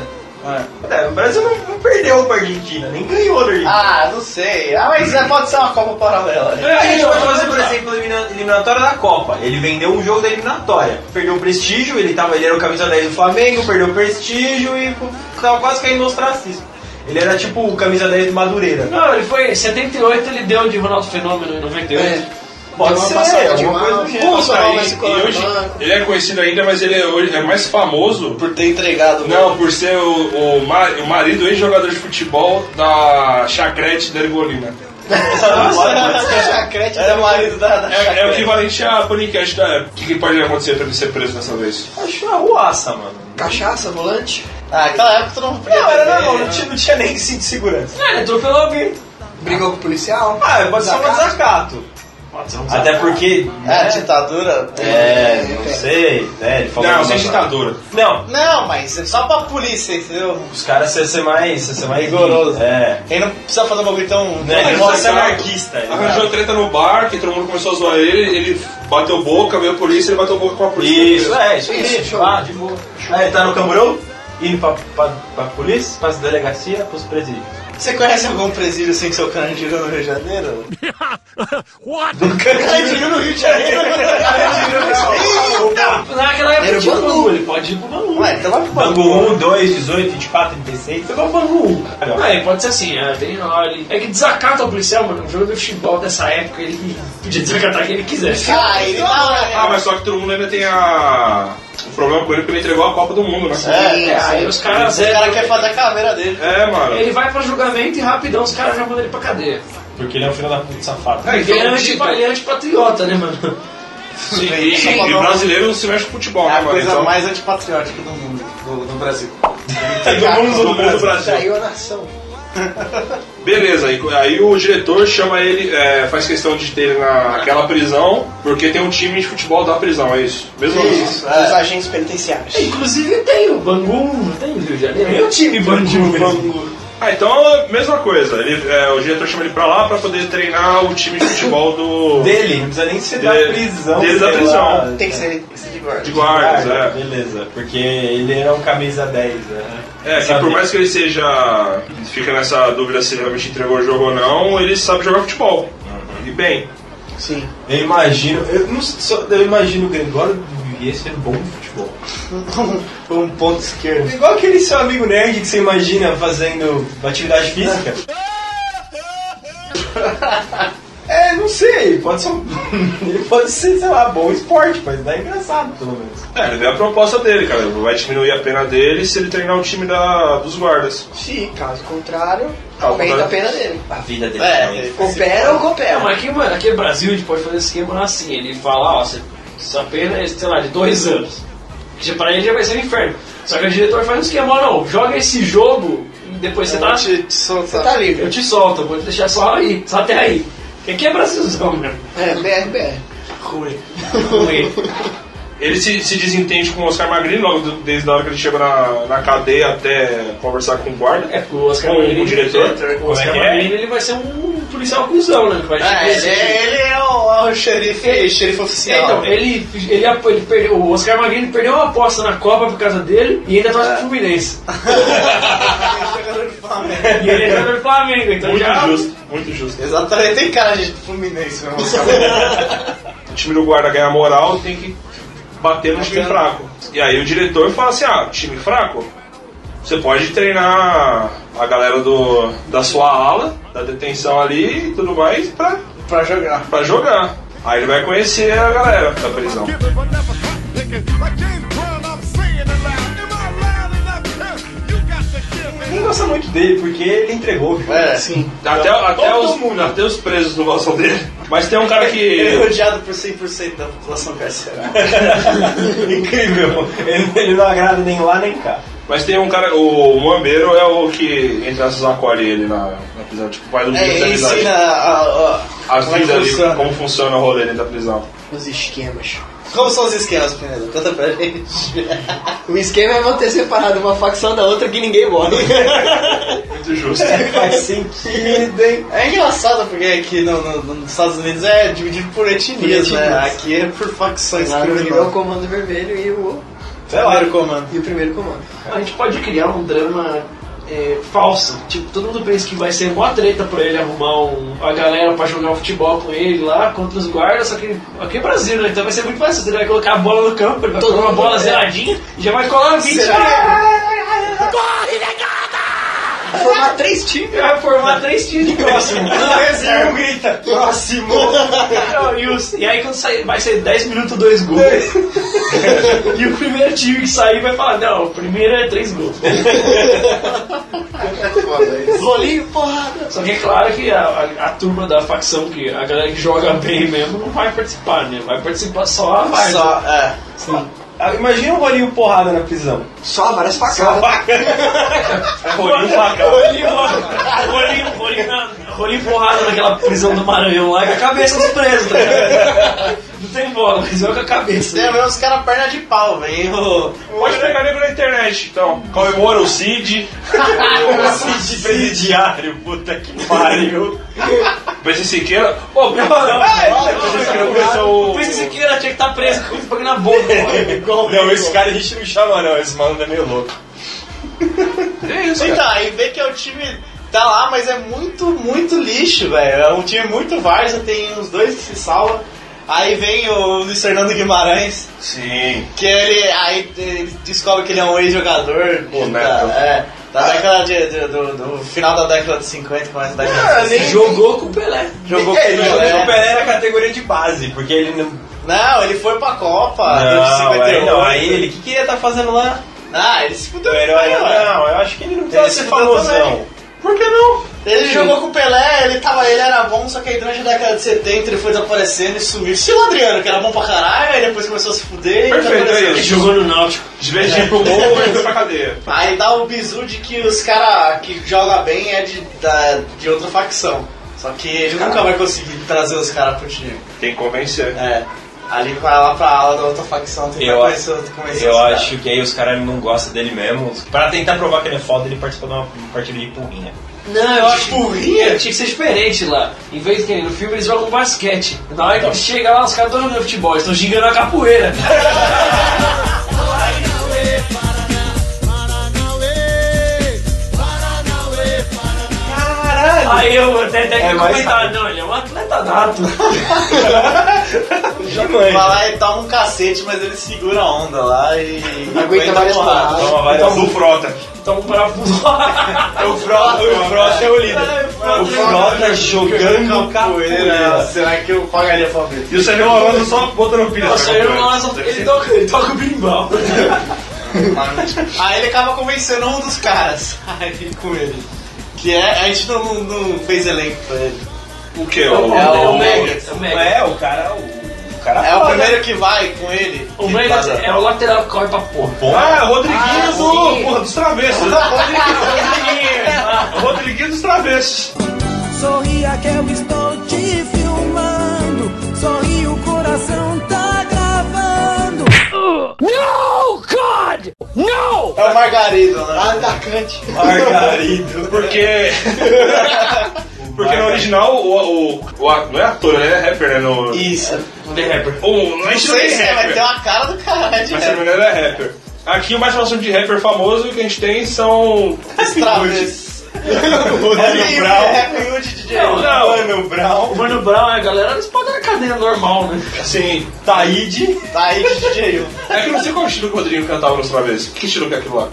Speaker 3: É, o Brasil não, não perdeu pra Argentina, nem ganhou da Argentina.
Speaker 1: Ah, não sei. Ah, mas é, pode ser uma Copa paralela.
Speaker 3: É, a gente vai fazer, por exemplo, a elimina- eliminatória da Copa. Ele vendeu um jogo da eliminatória. Perdeu o prestígio, ele, tava, ele era o camisa 10 do Flamengo, perdeu o prestígio e pô, tava quase caindo no ostracismo. Ele era tipo o camisa 10 do Madureira.
Speaker 5: Não, ele foi. Em 78 ele deu de Ronaldo Fenômeno em 98.
Speaker 3: É. Pode ser, alguma coisa é. do
Speaker 5: é.
Speaker 3: gênero.
Speaker 10: Puta, e, e hoje ele é conhecido ainda, mas ele é, hoje- é mais famoso
Speaker 1: por ter entregado.
Speaker 10: Não, por ser o, o, ma- o marido ex-jogador de futebol da Chacrete da Ergolina.
Speaker 1: Chacrete era o marido da, da
Speaker 10: É, é o
Speaker 1: Chacrete.
Speaker 10: equivalente a podcast da época. O que, que pode acontecer pra ele ser preso dessa vez?
Speaker 3: Acho uma ruaça, mano.
Speaker 13: Cachaça, volante.
Speaker 1: Ah, naquela época tu não podia
Speaker 3: Não, era
Speaker 1: beber,
Speaker 3: normal,
Speaker 1: né?
Speaker 3: não tinha, não tinha nem cinto de segurança.
Speaker 5: É, ele atropelou alguém.
Speaker 13: Brigou com o policial.
Speaker 3: Ah, pode ser um desacato. Até porque. né,
Speaker 1: É, ditadura.
Speaker 3: É, não sei, né? Ele falou
Speaker 10: Não,
Speaker 3: que
Speaker 10: sem ditadura.
Speaker 3: Não,
Speaker 1: Não, mas é só pra polícia, entendeu?
Speaker 3: os caras você ser mais. Você ser mais
Speaker 1: Rigoroso.
Speaker 3: É.
Speaker 1: Quem não precisa fazer um bagulho tão...
Speaker 3: Né, ele "Ah,
Speaker 1: tão
Speaker 3: precisa ser
Speaker 1: radical.
Speaker 3: anarquista. ele-
Speaker 10: Arranjou treta no bar, que todo mundo começou a zoar ele, ele bateu boca, veio a polícia, ele bateu boca com a polícia.
Speaker 3: Isso, é, isso aí.
Speaker 13: Isso, show.
Speaker 3: Ah, de boa. Aí tá no camburão, indo pra, pra, pra polícia, pras delegacia, pros presídios.
Speaker 1: Você conhece algum presídio assim que seu crânio girou no Rio de Janeiro?
Speaker 3: Cantinho no Rio de Janeiro.
Speaker 5: Naquela época tinha Bangu, ele pode ir pro Bangu.
Speaker 1: Ué, então vai pro
Speaker 3: Bangu 1, 2, 18, 24, 36. Pegou o Bangu 1, cara.
Speaker 5: Não, ele pode ser assim, é, tem hora ele- É que desacata o policial, mano. Um jogador de futebol dessa época, ele podia desacatar quem ele quisesse.
Speaker 1: Ah, ele tá,
Speaker 10: Ah, mas só que todo mundo ainda tem a... o problema com ele porque ele entregou a Copa do Mundo, né?
Speaker 1: É,
Speaker 5: É, aí os caras.
Speaker 1: O
Speaker 5: é,
Speaker 1: cara quer fazer a caveira dele.
Speaker 10: É, mano.
Speaker 5: Ele vai pra julgamento e rapidão os caras já mandam ele pra cadeia.
Speaker 3: Porque ele é um filho da puta safado.
Speaker 5: Ele é anti- ele é antipatriota, né, mano?
Speaker 10: Sim, e, e brasileiro não se mexe com futebol,
Speaker 1: É
Speaker 10: né,
Speaker 1: a
Speaker 10: mano?
Speaker 1: coisa
Speaker 10: Então,
Speaker 1: mais antipatriótica do mundo, do, do Brasil.
Speaker 10: do é mundo, do mundo, do Brasil.
Speaker 13: Traiu a nação.
Speaker 10: Beleza, aí, aí o diretor chama ele, é, faz questão de ter ele naquela prisão, porque tem um time de futebol da prisão, é isso? Mesmo
Speaker 13: Isso,
Speaker 10: isso.
Speaker 13: os agentes penitenciários.
Speaker 5: Inclusive tem o Bangu, não tem o Rio de Janeiro. Tem o time Bangu. né? Bangu.
Speaker 10: Ah, então, mesma coisa, ele, é, o diretor chama ele pra lá pra poder treinar o time de futebol do...
Speaker 3: Dele, não precisa nem ser da
Speaker 10: Dele-
Speaker 3: prisão.
Speaker 10: dele da
Speaker 3: sei
Speaker 10: prisão.
Speaker 3: lá.
Speaker 13: Tem que ser, tem que ser de guarda.
Speaker 10: De guardas,
Speaker 3: Ah,
Speaker 10: é.
Speaker 3: Beleza, porque ele era um camisa 10, né?
Speaker 10: É, que
Speaker 3: Sabe?
Speaker 10: por mais que ele seja... Fica nessa dúvida se ele realmente entregou o jogo ou não, ele sabe jogar futebol. E bem.
Speaker 13: Sim.
Speaker 3: Eu imagino, eu, não, sei- só- eu imagino o Gregório do Vivier ser bom no futebol.
Speaker 1: Foi um ponto esquerdo.
Speaker 3: Igual aquele seu amigo nerd que você imagina fazendo atividade física.
Speaker 13: É,
Speaker 3: É, não sei, pode ser, um- ele pode ser, sei lá, bom esporte, mas é engraçado, pelo menos.
Speaker 10: É, ele deu a proposta dele, cara. Vai diminuir a pena dele se ele treinar o time da, dos guardas.
Speaker 7: Sim, caso contrário,
Speaker 10: Caso
Speaker 7: aumenta a
Speaker 10: contrário.
Speaker 7: pena dele.
Speaker 14: A vida dele
Speaker 1: Então,
Speaker 10: É,
Speaker 7: Coopera ou coopera?
Speaker 5: Não, É, mas aqui, mano, aqui no Brasil a gente pode fazer esquema assim, ele fala, ó, você, essa pena é, sei lá, de dois anos. Que já- pra ele já vai ser um inferno. Só que o diretor faz um esquema, ó, não, joga esse jogo e depois você tá.
Speaker 7: Você tá livre.
Speaker 5: Eu te solto, vou te deixar só aí, só até aí. Porque aqui é Brasilzão, mano.
Speaker 7: É, BR, BR.
Speaker 5: Ruim. Ruim.
Speaker 10: Ele se, se desentende com o Oscar Magrini logo do- desde a hora que ele chega na, na cadeia até conversar com o guarda.
Speaker 5: É, com o Oscar
Speaker 10: com
Speaker 5: Magrini.
Speaker 10: o
Speaker 5: O
Speaker 10: diretor.
Speaker 5: Oscar
Speaker 10: Como é que é?
Speaker 5: Magrini, ele vai ser um policial cuzão, né? Vai
Speaker 1: Ah, ele, ele é o, o xerife, xerife
Speaker 5: É,
Speaker 1: oficial.
Speaker 5: Então, ele, ele, ap- ele perdeu, o Oscar Magrini perdeu uma aposta na Copa por causa dele e ainda torce pro Fluminense. e ele é jogador do Flamengo, então
Speaker 10: Muito
Speaker 5: já.
Speaker 10: justo, muito justo.
Speaker 1: Exatamente, é tem cara de Fluminense mesmo.
Speaker 10: o time do guarda ganha moral, tem que bater no time fraco. E aí o diretor fala assim, ah, time fraco, você pode treinar a galera do, da sua ala, da detenção ali e tudo mais pra,
Speaker 1: pra jogar.
Speaker 10: Pra jogar. Aí ele vai conhecer a galera da prisão.
Speaker 12: um
Speaker 3: Não gosta muito dele, porque ele entregou.
Speaker 1: É,
Speaker 3: sim.
Speaker 10: Até, até, os, até os presos não gostam dele. Mas tem um cara
Speaker 1: Ele é
Speaker 10: que.
Speaker 1: rodeado por 100% da população carcerária.
Speaker 3: Incrível. Ele, ele não agrada nem lá nem cá.
Speaker 10: Mas tem um cara, o Mambeiro é o que entra aspas acolhe ele na, na prisão, tipo, faz um
Speaker 1: É,
Speaker 10: vídeo da
Speaker 1: ele
Speaker 10: amizade.
Speaker 1: ensina a, a,
Speaker 10: A
Speaker 1: como é que
Speaker 10: vida ali,
Speaker 1: funciona.
Speaker 10: como funciona o rolê dentro da prisão.
Speaker 7: Os esquemas.
Speaker 1: Como são os esquemas, Penedo? Conta pra gente.
Speaker 7: O esquema é manter separado uma facção da outra que ninguém morre.
Speaker 10: Muito justo.
Speaker 3: Faz sentido, hein?
Speaker 1: É engraçado porque aqui no, no- nos Estados Unidos é dividido por etnias,
Speaker 7: Por
Speaker 1: né?
Speaker 7: etnias.
Speaker 1: Aqui é por facções
Speaker 7: Lá no Brasil é o
Speaker 1: criminosas.
Speaker 7: comando vermelho e o.
Speaker 1: Sei lá. Primeiro comando.
Speaker 7: E o primeiro comando.
Speaker 5: A gente pode criar um drama é, falso. Tipo, todo mundo pensa que vai ser mó treta pra ele arrumar um, a galera pra jogar um futebol com ele lá contra os guardas, só que aqui é Brasil, né? Então vai ser muito fácil. Ele vai colocar a bola no campo, ele vai
Speaker 7: Todo
Speaker 5: colocar uma
Speaker 7: mundo
Speaker 5: bola
Speaker 7: é.
Speaker 5: zeladinha e já vai colar 20.
Speaker 7: Corre, negada! Formar três times.
Speaker 5: Vai formar três times próximos.
Speaker 3: Brasil grita, próximo!
Speaker 5: um Não, e, os- e aí quando sair, vai ser 10 minutos, 2 gols. e o primeiro time que sair vai falar, não, o primeiro é 3 gols.
Speaker 7: Bolinho, porrada.
Speaker 5: Só que é claro que a, a- a turma da facção, que a galera que joga bem mesmo, não vai participar, né? Vai participar só a Varsa.
Speaker 1: Só, é.
Speaker 3: Ah, Imagina o rolinho porrada na prisão.
Speaker 7: Só várias
Speaker 3: Só
Speaker 7: facadas.
Speaker 10: Rolinho facada.
Speaker 5: Rolinho, rolinho, rolinho, na- rolinho porrada naquela prisão do Maranhão lá, com a cabeça dos presos, tá ligado? Não tem bola, mas joga a cabeça.
Speaker 1: Tem mesmo os caras perna de pau, velho.
Speaker 10: Pode pegar nego na internet, então. Comemora o Cid.
Speaker 3: O Cid presidiário, puta que pariu.
Speaker 10: Pensa Siqueira. Pô, não,
Speaker 5: O Príncipe Siqueira tinha que estar preso com o bagulho na boca. mano.
Speaker 3: Não, esse cara a gente não chama não, esse maluco é meio louco.
Speaker 10: É isso, cara.
Speaker 1: Então, aí vê que é o time tá lá, mas é muito, muito lixo, velho. É um time muito várzea, tem uns dois que se salva. Aí vem o Luiz Fernando Guimarães,
Speaker 10: Sim.
Speaker 1: que ele aí ele descobre que ele é um ex-jogador
Speaker 10: O
Speaker 1: da,
Speaker 10: Neto.
Speaker 1: é, da década de, de- do, do final da década de 50, começo da década de 60.
Speaker 5: Jogou com o Pelé.
Speaker 1: Jogou
Speaker 3: É, ele
Speaker 1: com o
Speaker 3: Ah, jogou
Speaker 1: Pelé.
Speaker 3: o Pelé na categoria de base, porque ele não...
Speaker 1: Não, ele foi pra Copa
Speaker 3: Ah,
Speaker 1: de
Speaker 3: Não, um, aí
Speaker 1: 58.
Speaker 3: não, aí ele, o que, que ele ia tá fazendo lá?
Speaker 1: Ah, ele né? se fudeu.
Speaker 3: O
Speaker 1: com o
Speaker 3: herói,
Speaker 1: Pelé, ué.
Speaker 3: não, eu acho que ele né? não
Speaker 1: Ele
Speaker 3: quer
Speaker 1: se
Speaker 3: ser
Speaker 1: fudeu
Speaker 3: famosão.
Speaker 1: também.
Speaker 3: Por que não?
Speaker 1: Ele jogou com o Pelé, ele, tava, ele era bom, só que aí durante a década de 70 ele foi desaparecendo e sumiu. Estilo Adriano, que era bom pra caralho, aí depois começou a se fuder e
Speaker 10: Perfeito, é
Speaker 1: desapareceu.
Speaker 10: isso.
Speaker 5: Jogou no Náutico.
Speaker 10: De vez em quando e foi pra cadeia.
Speaker 1: Aí dá o bizu de que os caras que joga bem é de, da- de outra facção. Só que ele nunca vai conseguir trazer os caras pro time.
Speaker 10: Tem que convencer.
Speaker 1: É. Ali vai lá pra ala da outra facção, tem que
Speaker 3: Eu
Speaker 1: conhecer,
Speaker 3: acho-
Speaker 1: conhecer os
Speaker 3: Eu
Speaker 1: caras.
Speaker 3: acho que aí os caras não gostam dele mesmo. Pra tentar provar que ele é foda, ele participou de uma partida de empurrinha.
Speaker 5: Não, eu acho que
Speaker 1: Burrinha?
Speaker 5: tinha que ser diferente lá. Em vez de que no filme eles jogam basquete. Na hora que eles chegam lá, os caras estão jogando futebol, eles estão gigando a capoeira. Aí eu até, até
Speaker 3: É
Speaker 5: que
Speaker 3: mais
Speaker 5: comentar, não, ele é um atleta nato.
Speaker 1: Já Vai lá e toma um cacete, mas ele segura a onda lá e.
Speaker 7: Aguenta várias porradas.
Speaker 10: Toma
Speaker 3: Então,
Speaker 10: várias do Frota.
Speaker 5: Então, para
Speaker 1: o Frota,
Speaker 10: o Frota é o líder.
Speaker 3: é
Speaker 1: O Frota jogando capoeira. Será que eu pagaria pra ver?
Speaker 10: E o Sérgio Malandro só botando pilha.
Speaker 5: Nossa, ele, lança, ele, toca, ele toca o bimbal.
Speaker 1: Aí ele acaba convencendo um dos caras a ir com ele. Que é. A gente não, não fez elenco pra ele.
Speaker 10: O que?
Speaker 1: É o Mega.
Speaker 3: É, o cara. O, o cara
Speaker 1: É o
Speaker 3: foda.
Speaker 10: né?
Speaker 1: primeiro que vai com ele.
Speaker 5: O Mega é o lateral que corre pra porra.
Speaker 10: Ah, Rodriguinho do. Porra, dos travessos. Rodriguinho. Ah, Rodriguinho dos travessos.
Speaker 15: Sorria que eu estou te filmando. Sorri, o coração tá gravando. No, God! No!
Speaker 1: É o Margarido, né?
Speaker 7: Atacante.
Speaker 10: Margarido. Porque. Porque no original o, o, o ato- não é ator, né? É rapper, né? No,
Speaker 1: Isso.
Speaker 5: The Rapper.
Speaker 10: o, não é
Speaker 1: Não
Speaker 10: isso nem
Speaker 1: sei se é, mas
Speaker 10: rapper.
Speaker 1: tem uma cara do caralho né? de
Speaker 10: Mas se não me engano é rapper. Aqui o mais próximo de rapper famoso que a gente tem são.
Speaker 1: Travis.
Speaker 10: Mano Brown.
Speaker 1: É o DJ.
Speaker 5: Não, não.
Speaker 1: Mano
Speaker 5: O
Speaker 1: Brown.
Speaker 5: Mano Brown, é a galera espada na cadeia normal, né?
Speaker 10: Sim.
Speaker 3: Taíde.
Speaker 1: Tá aí de DJ.
Speaker 10: É que eu não sei qual estilo que o Rodrigo cantava nos travessos. Que estilo que é aquilo lá?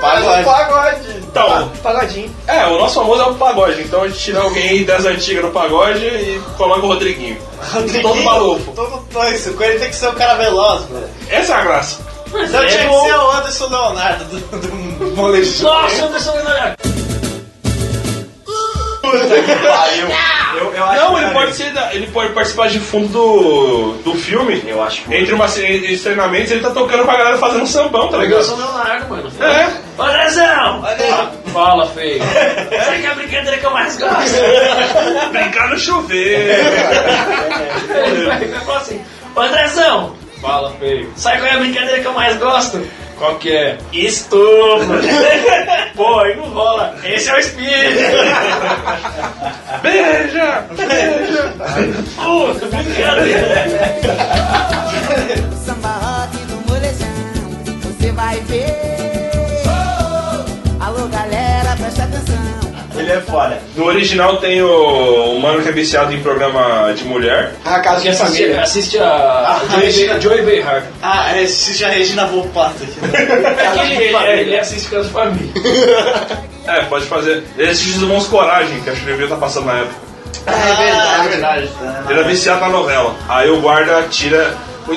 Speaker 1: Pagode.
Speaker 7: Pagode.
Speaker 10: Então,
Speaker 7: Pagodinho.
Speaker 10: é, o nosso famoso é o pagode. Então a gente tira alguém aí das antigas no pagode e coloca o Rodriguinho. Todo maluco.
Speaker 1: Todo tonso. Com ele tem que ser um cara veloz, mano.
Speaker 10: Essa é a graça.
Speaker 5: é
Speaker 1: Então tinha que ser o Anderson Leonardo do, do molejo.
Speaker 5: Nossa, Anderson Leonardo.
Speaker 3: Eu, eu
Speaker 10: Não, ele pode, ser da- ele pode participar de fundo do, do filme.
Speaker 3: Eu acho que.
Speaker 10: Entre, uma, entre os treinamentos, ele tá tocando pra galera fazendo sambão, tá ligado?
Speaker 5: Anderson Leonardo, mano.
Speaker 10: É.
Speaker 5: Ô, Anderson! Fala, feio. Essa aqui é a brincadeira que eu mais gosto.
Speaker 10: Brincar no chuveiro.
Speaker 5: Ele vai- vai falar assim, "Ô, Andrezão! Fala, feio. Sabe qual é a brincadeira que eu mais gosto? Qual que é? Estufa! Pô, aí não rola. Esse é o espírito!
Speaker 10: Beija!
Speaker 5: Puta, brincadeira!
Speaker 15: Samba rock do molejão, você vai ver.
Speaker 12: Oh.
Speaker 15: Alô, galera, presta atenção.
Speaker 3: Ele é foda.
Speaker 10: No original tem o, o mano que é viciado em programa de mulher.
Speaker 7: É A casa de
Speaker 5: Assiste,
Speaker 7: família.
Speaker 5: é assiste a Joy, Joy Behar.
Speaker 1: Ah, é, assiste a Regina Volpato aqui. né?
Speaker 5: É Ele, ele, ele assiste Casa de Família.
Speaker 10: É, pode fazer. Ele assiste os Mãos Coragem, que a Chirivia tá passando na época.
Speaker 1: Ah, é verdade.
Speaker 10: Ele era viciado na novela. Aí o guarda tira.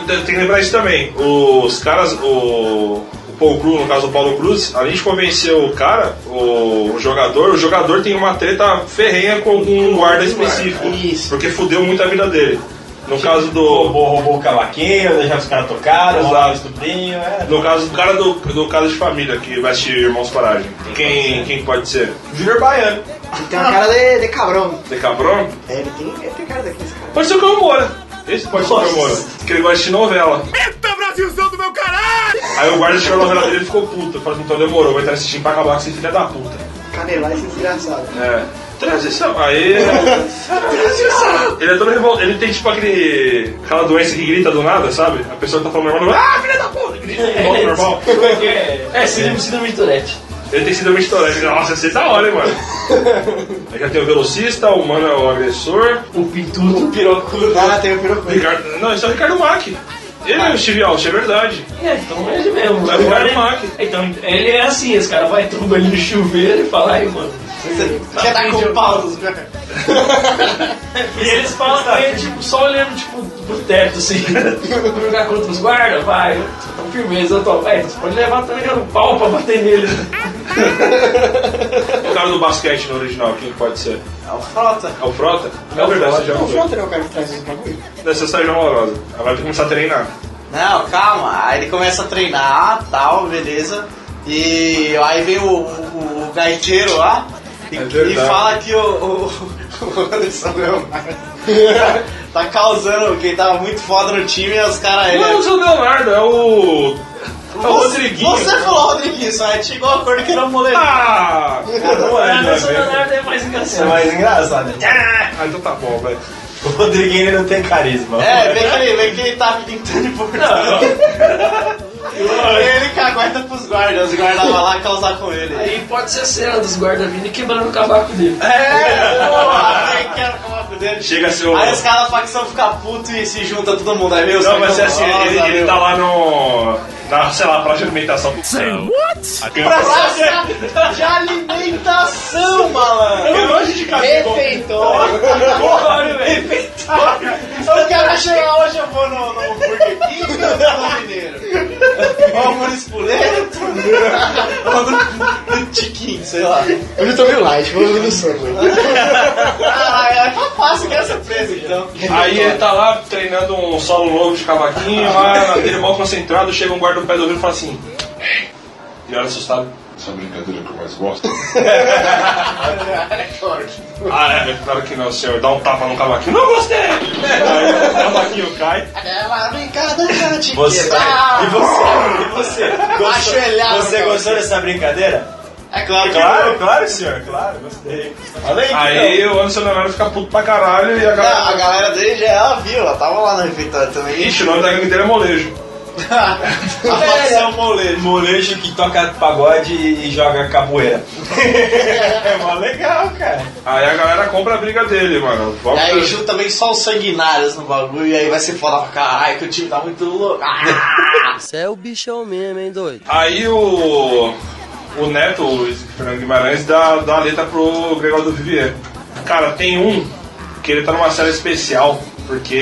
Speaker 10: Tem que lembrar isso também. Os caras, o. o Paul Cruz, no caso o Paulo Cruz, além de convencer o cara, o, o jogador, o jogador tem uma treta ferrenha com um guarda específico.
Speaker 1: Isso.
Speaker 10: Porque fudeu muito a vida dele. No caso do.
Speaker 3: Roubou, roubou o cavaquinho, deixava os caras tocaram,
Speaker 10: Exato.
Speaker 3: roubava o estuprinho, é.
Speaker 10: No caso do cara do, do caso de família que vai assistir Irmãos Coragem. Quem, quem pode ser?
Speaker 3: Júnior Baiano.
Speaker 7: Ele tem uma cara de, de cabrão.
Speaker 10: De Cabrão?
Speaker 7: É, ele tem, ele tem cara daqueles caras.
Speaker 10: Pode ser o Caio Moura. Esse pode ser o Caio Moura. Porque ele gosta de novela.
Speaker 15: Eita, Brasilzão do meu caralho!
Speaker 10: Aí o guarda tirou a novela dele e ficou puto. Falou assim, então demorou, vai estar assistindo pra acabar com esse filho da puta.
Speaker 7: Canelar esse desgraçado.
Speaker 10: É. Transição. Aí. Transição! Ele é todo revoltado. Ele tem tipo aquele. aquela doença que grita do nada, sabe? A pessoa que tá falando normal, ah, filha da puta! Grita e volta ao normal.
Speaker 5: É, é síndrome, síndrome de Tourette.
Speaker 10: Ele tem síndrome de Tourette. Nossa, esse é da hora, hein, mano? Aí já tem o velocista, o mano é o agressor.
Speaker 5: O pintudo.
Speaker 7: Tudo ah, tem o piroco.
Speaker 10: Ricardo. Não, esse é o Ricardo Mack. Ele é o Steve Alch, é verdade.
Speaker 5: É, então é ele mesmo.
Speaker 10: Vai
Speaker 5: Agora
Speaker 10: virar
Speaker 5: ele-
Speaker 10: Mac.
Speaker 5: Então, ele é assim, esse cara vai tromba ele no chuveiro e fala, aí, mano.
Speaker 1: Você quer dar tá com pau nos caras?
Speaker 5: E eles falam com ele, tipo, só olhando, tipo, pro teto, assim. Vou jogar contra os guardas, vai. Então, firmeza, eu tô. Vai, você pode levar também um pau pra bater nele.
Speaker 10: O cara do basquete no original, quem pode ser?
Speaker 1: É o Frota.
Speaker 10: É o Frota? É verdade, você já
Speaker 7: O
Speaker 10: ouviu.
Speaker 7: Frota não é o cara que traz os bagulho?
Speaker 10: Nessa estágio amorosa. Ela vai começar a treinar.
Speaker 1: Não, calma. Aí ele começa a treinar, tal, beleza. E aí vem o, o, o gaiteiro lá e,
Speaker 10: É verdade.
Speaker 1: e fala que o, o, o Anderson Leonardo tá causando, que ele tava muito foda no time e os caras... ele- é tipo
Speaker 10: Não, não sou o Leonardo, é o. É o
Speaker 1: Você,
Speaker 10: Rodriguinho.
Speaker 1: você falou Rodriguinho, só aí chegou a cor que era um moleque.
Speaker 10: Ah! Não
Speaker 5: Ah,
Speaker 10: é, não
Speaker 5: mas o
Speaker 10: é,
Speaker 5: Leonardo é mais
Speaker 3: Isso é
Speaker 5: engraçado.
Speaker 3: mais engraçado.
Speaker 10: Ah, então tá bom, velho.
Speaker 3: O Rodriguinho ele não tem carisma.
Speaker 1: É, vem que, ele, vem que ele tá pintando de portão. ele cagueta pros guardas, os guardas vão lá causar com ele.
Speaker 5: Aí pode ser a cena dos guarda vindo e quebrando o cavaco dele.
Speaker 1: É, porra, eu quero acabar com ele,
Speaker 10: Chega a ser o.
Speaker 1: Aí os caras da facção ficam putos e se junta todo mundo. Aí, meu,
Speaker 10: Não, vai
Speaker 1: mas
Speaker 10: ser assim, ele, ele tá lá no. Na, sei lá, praça de alimentação do céu.
Speaker 1: What?
Speaker 10: tá-
Speaker 1: Praça de alimentação, malandro.
Speaker 10: Eu gosto de cabelo.
Speaker 1: Refeitório.
Speaker 10: Porra, velho.
Speaker 1: Refeitório. Os caras chegam hoje, eu vou no, no Burger King ou no Pão Mineiro? Ou no Espuleto? Ou no, no Tiquinho, sei lá.
Speaker 7: Eu já tô meio light, vou no Subway.
Speaker 1: Ah, é tá fácil que essa presa, então.
Speaker 10: Aí ele tá lá treinando um solo louco de cavaquinho, lá na dele mal concentrado, chega um guarda no pé do ouvido e fala assim. "Ei", E olha assustado.
Speaker 12: Essa brincadeira que eu mais gosto.
Speaker 10: Ah, é, claro que não, senhor. Dá um tapa no cavaquinho. Não gostei! Aí o cavaquinho cai.
Speaker 1: Aquela
Speaker 7: é
Speaker 1: brincadeira de
Speaker 10: Você-
Speaker 1: quebrar.
Speaker 10: e você?
Speaker 3: E você? Gostou,
Speaker 1: Ajoelhado,
Speaker 3: você
Speaker 1: cara.
Speaker 3: gostou dessa brincadeira?
Speaker 1: É claro que
Speaker 10: Claro,
Speaker 1: não.
Speaker 10: claro, senhor, claro, gostei.
Speaker 3: Olha aí,
Speaker 10: Aí o Anderson Leonardo fica puto pra caralho e a galera.
Speaker 1: Não, É, Ah, a galera dele já ela viu, ela tava lá na refeitório também.
Speaker 10: Ixi, o nome da gangue dele é Molejo.
Speaker 1: a facção molejo.
Speaker 3: Um Molejo que toca pagode e joga capoeira.
Speaker 1: É mó legal, cara.
Speaker 10: Aí a galera compra a briga dele, mano.
Speaker 1: E
Speaker 10: Vamos
Speaker 1: aí junta também só os sanguinários no bagulho e aí vai ser foda pra caralho, que o time tá muito louco. Ah!
Speaker 11: Você é o bichão mesmo, hein, doido?
Speaker 10: Aí o. O Neto, o Fernando Guimarães, dá, dá a letra pro Gregório do Vivier. Cara, tem um que ele tá numa série especial, porque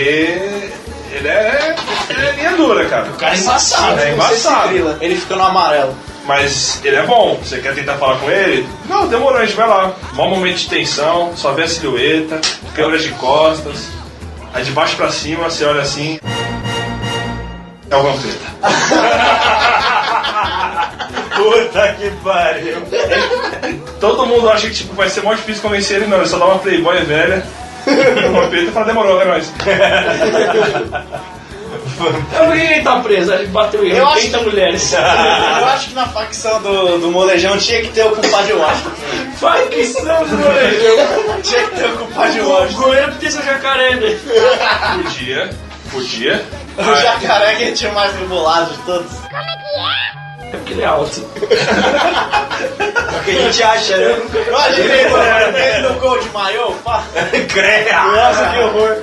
Speaker 10: ele é. Ele é linha dura, cara. O
Speaker 1: cara é embaçado,
Speaker 10: É
Speaker 1: né?
Speaker 10: embaçado.
Speaker 1: Ele fica no amarelo.
Speaker 10: Mas ele é bom, você quer tentar falar com ele? Não, demorou, a gente vai lá. Mó momento de tensão, só vê a silhueta, câmera de costas, aí de baixo pra cima você olha assim. É o Vampeta.
Speaker 3: Puta que pariu.
Speaker 10: Todo mundo acha que tipo, vai ser mó difícil convencer ele, não, ele só dá uma playboy velha. e o Vampeta fala, demorou, é nóis.
Speaker 5: Alguém tá preso, ele bateu em
Speaker 1: Eu acho
Speaker 5: 80 mulheres.
Speaker 1: Eu acho que na facção do, do molejão tinha que ter o compadre Washington.
Speaker 5: Vai que estamos no molejão.
Speaker 1: Tinha que ter o compadre
Speaker 5: O
Speaker 1: Washington.
Speaker 5: goleiro tem seu jacaré, né?
Speaker 10: Podia, podia.
Speaker 1: O jacaré que ele tinha mais rebolado de todos.
Speaker 5: É porque ele é alto.
Speaker 3: O que a gente acha, né?
Speaker 1: Olha ele mano, ele no gol de maiô, pá.
Speaker 3: Creia!
Speaker 1: Nossa, que horror.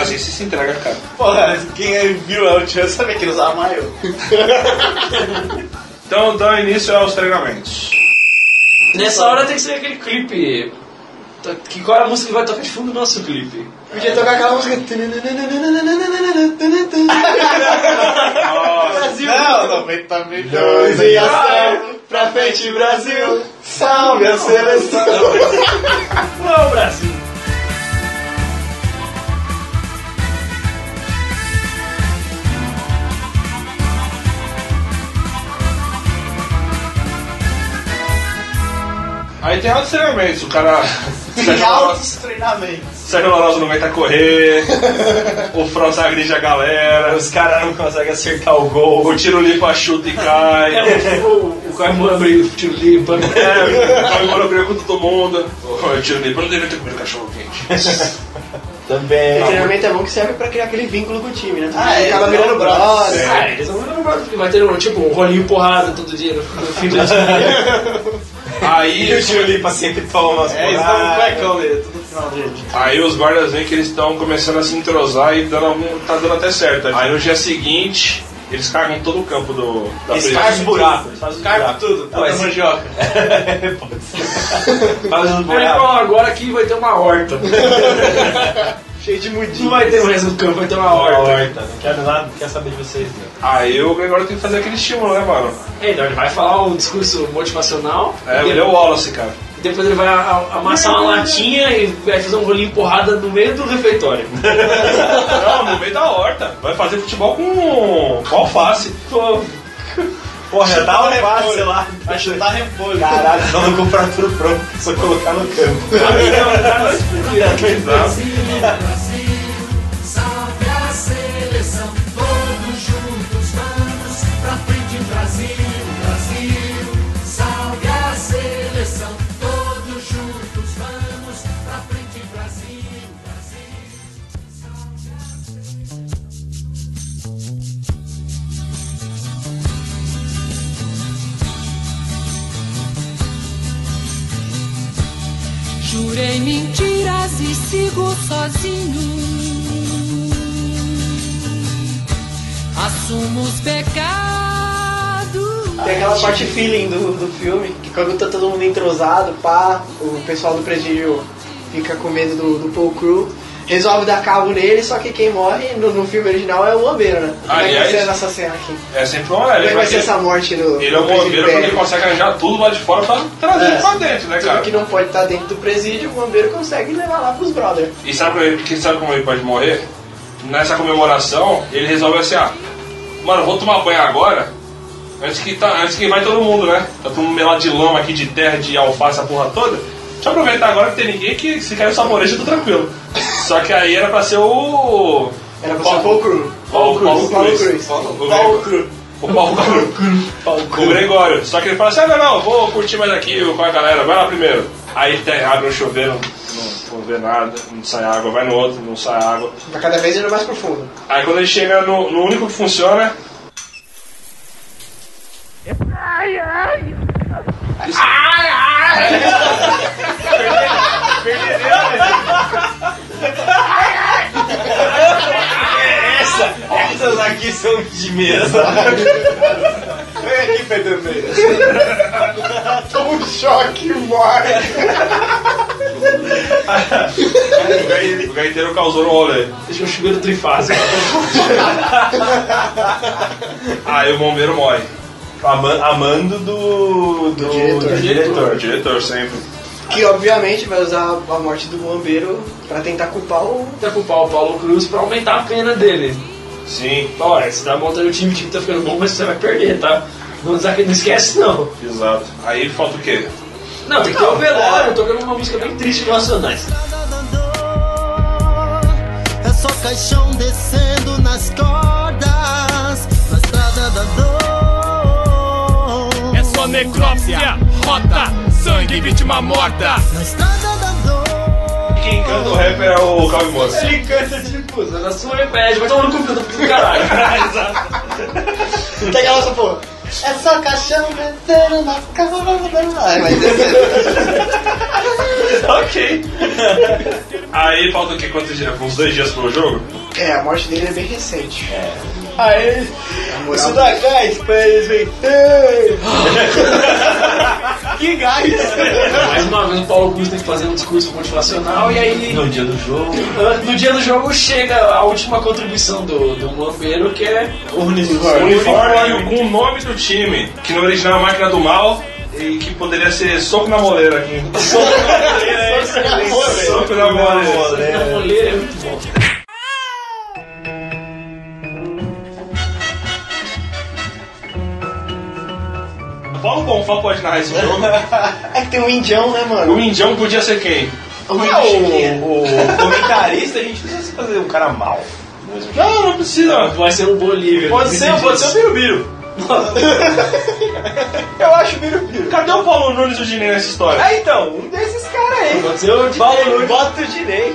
Speaker 10: A gente se entrega, cara.
Speaker 1: Porra, quem aí viu é o Tchan sabia que ele usava maiô.
Speaker 10: Então dá início aos treinamentos.
Speaker 5: Nessa hora tem que ser aquele clipe. Tá- Que qual é a música que vai tocar de fundo do nosso clipe?
Speaker 7: Podia tocar aquela música. Brasil!
Speaker 1: Não, 90 milhões Ah. em ação. Pra frente, Brasil. Salve a seleção.
Speaker 5: Não, Brasil!
Speaker 10: Aí tem altos treinamentos, o cara.
Speaker 1: Em altos treinamentos.
Speaker 10: Sérgio Lourosa não aguenta correr, o Franz agride a galera,
Speaker 3: Os caras não conseguem acertar o gol.
Speaker 10: o tiro limpa chuta e cai.
Speaker 5: É, o, o, o Caimura abriu o tiro limpa.
Speaker 10: É, vai embora briga com todo mundo. O tiro limpa não deveria ter comido cachorro quente.
Speaker 3: Também.
Speaker 7: O treinamento é bom que serve pra criar aquele vínculo com o time, né?
Speaker 1: Ah, é,
Speaker 7: acaba
Speaker 1: não,
Speaker 7: virando brother.
Speaker 5: Ah,
Speaker 10: É.
Speaker 5: eles não vão lembrar, porque vai ter um, tipo um rolinho porrada todo dia no, no fim do dia.
Speaker 10: Aí,
Speaker 3: E o Tio Lipa sempre toma umas
Speaker 1: É, isso
Speaker 3: porradas.
Speaker 1: tá no cuecão dele, tudo no final dele.
Speaker 10: aí os guardas veem que eles estão começando a se entrosar e dando algum, tá dando até certo. Aí no dia seguinte, eles cagam todo o campo do, da
Speaker 3: Eles
Speaker 10: prisão.
Speaker 3: fazem os buracos. Faz os
Speaker 1: Carpa
Speaker 3: buracos.
Speaker 1: tudo,
Speaker 3: Não,
Speaker 1: toda
Speaker 3: mas-
Speaker 1: mandioca.
Speaker 3: Faz os
Speaker 5: Ele
Speaker 3: buracos.
Speaker 5: falou agora que vai ter uma horta.
Speaker 1: Cheio de
Speaker 5: Não
Speaker 1: mudinho.
Speaker 5: vai ter mais um campo, vai ter uma horta.
Speaker 3: Horta, Não quero nada, não quero saber de vocês. né?
Speaker 10: Aí o Gregório tem que fazer aquele estímulo, né, mano?
Speaker 5: É, então ele vai falar um discurso motivacional.
Speaker 10: É,
Speaker 5: e
Speaker 10: ele é o Wallace, cara.
Speaker 5: Depois ele vai a- a- amassar uma latinha e vai fazer um rolinho porrada no meio do refeitório.
Speaker 10: Não, no meio da horta. Vai fazer futebol com, com alface.
Speaker 5: Pô,
Speaker 3: Porra, já
Speaker 1: Dá
Speaker 3: tava
Speaker 1: um
Speaker 3: fácil
Speaker 1: repolho
Speaker 3: lá.
Speaker 1: lá. Vai chutar repolho.
Speaker 3: Caralho, só não comprar tudo pronto, só colocar no campo.
Speaker 10: Exato.
Speaker 8: Salve a seleção, todos juntos vamos pra frente, Brasil, Brasil. Salve a seleção, todos juntos vamos pra frente, Brasil, Brasil. Salve a seleção.
Speaker 2: Jurei mentiras
Speaker 16: vezes sigo sozinho. Assumo os pecados.
Speaker 7: Tem aquela parte feeling do, do filme, que quando tá todo mundo entrosado, pá, o pessoal do presídio fica com medo do, do Paul Crew, resolve dar cabo nele, só que quem morre no, no filme original é o bombeiro, né? Como é que vai
Speaker 10: Aliás,
Speaker 7: ser nessa cena aqui?
Speaker 10: É sempre uma.
Speaker 7: Como é que vai
Speaker 10: porque
Speaker 7: ser essa morte no
Speaker 10: Ele é um
Speaker 7: no presídio
Speaker 10: bombeiro porque ele
Speaker 7: velho?
Speaker 10: consegue arranjar tudo lá de fora pra trazer pra dentro, né, cara?
Speaker 7: Tudo É. que não pode estar dentro do presídio, o bombeiro consegue levar lá pros brother.
Speaker 10: E sabe, como ele- que sabe como ele pode morrer? Nessa comemoração, ele resolve assim, ah, mano, vou tomar banho agora, antes que, tá, antes que vai todo mundo, né? Tá todo mundo melado de lama aqui, de terra, de alface, a porra toda. Deixa eu aproveitar agora que tem ninguém que se cair o saborejo, eu tô tá tranquilo. Só que aí era pra ser o... Era pra ser o Paulo Cruz. Paulo Cruz. Paulo Cruz. Paulo Cruz. O Paulo Cruz. O Gregório. Só que ele fala assim, ah, não, não, vou curtir mais aqui com a galera, vai lá primeiro. Aí tem- abre o chuveiro, não, não vê nada, não sai água, vai no outro, não sai água.
Speaker 7: Tá cada vez indo mais profundo.
Speaker 10: Aí quando ele chega no, no único que funciona,
Speaker 16: Ai, ai.
Speaker 10: É
Speaker 14: Essa, essas aqui são de mesa.
Speaker 3: Vem aqui, Pedro Meira. Toma um choque e morre.
Speaker 10: o gai- o gaiteiro causou no rolê. Deixa um chuveiro trifásico. Aí o bombeiro morre.
Speaker 14: Ama- amando do, do, diretor. do diretor.
Speaker 10: Diretor sempre.
Speaker 7: Que obviamente vai usar a morte do bombeiro pra tentar culpar o.
Speaker 5: Tentar culpar o Paulo Cruz pra aumentar a pena dele.
Speaker 10: Sim.
Speaker 5: Olha, você tá montando o time, o time tá ficando bom, mas você vai perder, tá? Não, desac- não esquece, não.
Speaker 10: Exato. Aí falta o quê?
Speaker 5: Não, tem que ter um velório, tocando uma música bem triste do Nacionais.
Speaker 16: É só caixão descendo nas cordas, na estrada da dor. É só necrópsia, rota, sangue, vítima morta. Na estrada da dor.
Speaker 10: Quem canta o rapper é o Calvin Moça.
Speaker 5: Ele canta tipo, na sua repete, vai tomar no cu, canta pro caralho.
Speaker 1: Tem aquela só, pô. É só caixão descendo nas cordas.
Speaker 7: Ah, é,
Speaker 1: Ai, vai descer.
Speaker 10: tá ok. Aí falta o quê? Quantos dias? Uns dois dias pro jogo?
Speaker 7: É, a morte dele é bem recente. É.
Speaker 1: Aí,
Speaker 7: Isso
Speaker 1: dá gás pra eles, vem.
Speaker 5: que gás! Mais uma vez o Paulo Cruz tem que fazer um discurso motivacional e aí. ah,
Speaker 14: No dia do jogo.
Speaker 5: No dia do jogo chega a última contribuição do, do Mambeiro, que é o
Speaker 10: Um uniforme. com o nome do time, que no original é a máquina do mal, e que poderia ser soco na moleira aqui. Soco na moleira, é excelente. Soco na moleira.
Speaker 5: moleira é muito bom.
Speaker 10: Fala o Bonfá pode narrar esse jogo.
Speaker 7: É que tem um indião, né, mano? Um
Speaker 10: O indião podia ser quem?
Speaker 7: O
Speaker 14: O, o comentarista, a gente não precisa fazer um cara mal.
Speaker 10: Não, não precisa.
Speaker 5: Vai ser um o Bolívia.
Speaker 14: Pode ser, pode ser
Speaker 10: é
Speaker 14: o Birubiru.
Speaker 10: Eu acho birubiru. Cadê o Paulo Nunes e o Dinei nessa história?
Speaker 3: É
Speaker 14: Ah, então, um desses caras aí.
Speaker 5: Pode ser o
Speaker 14: Paulo Nunes.
Speaker 7: Bota o Dinei.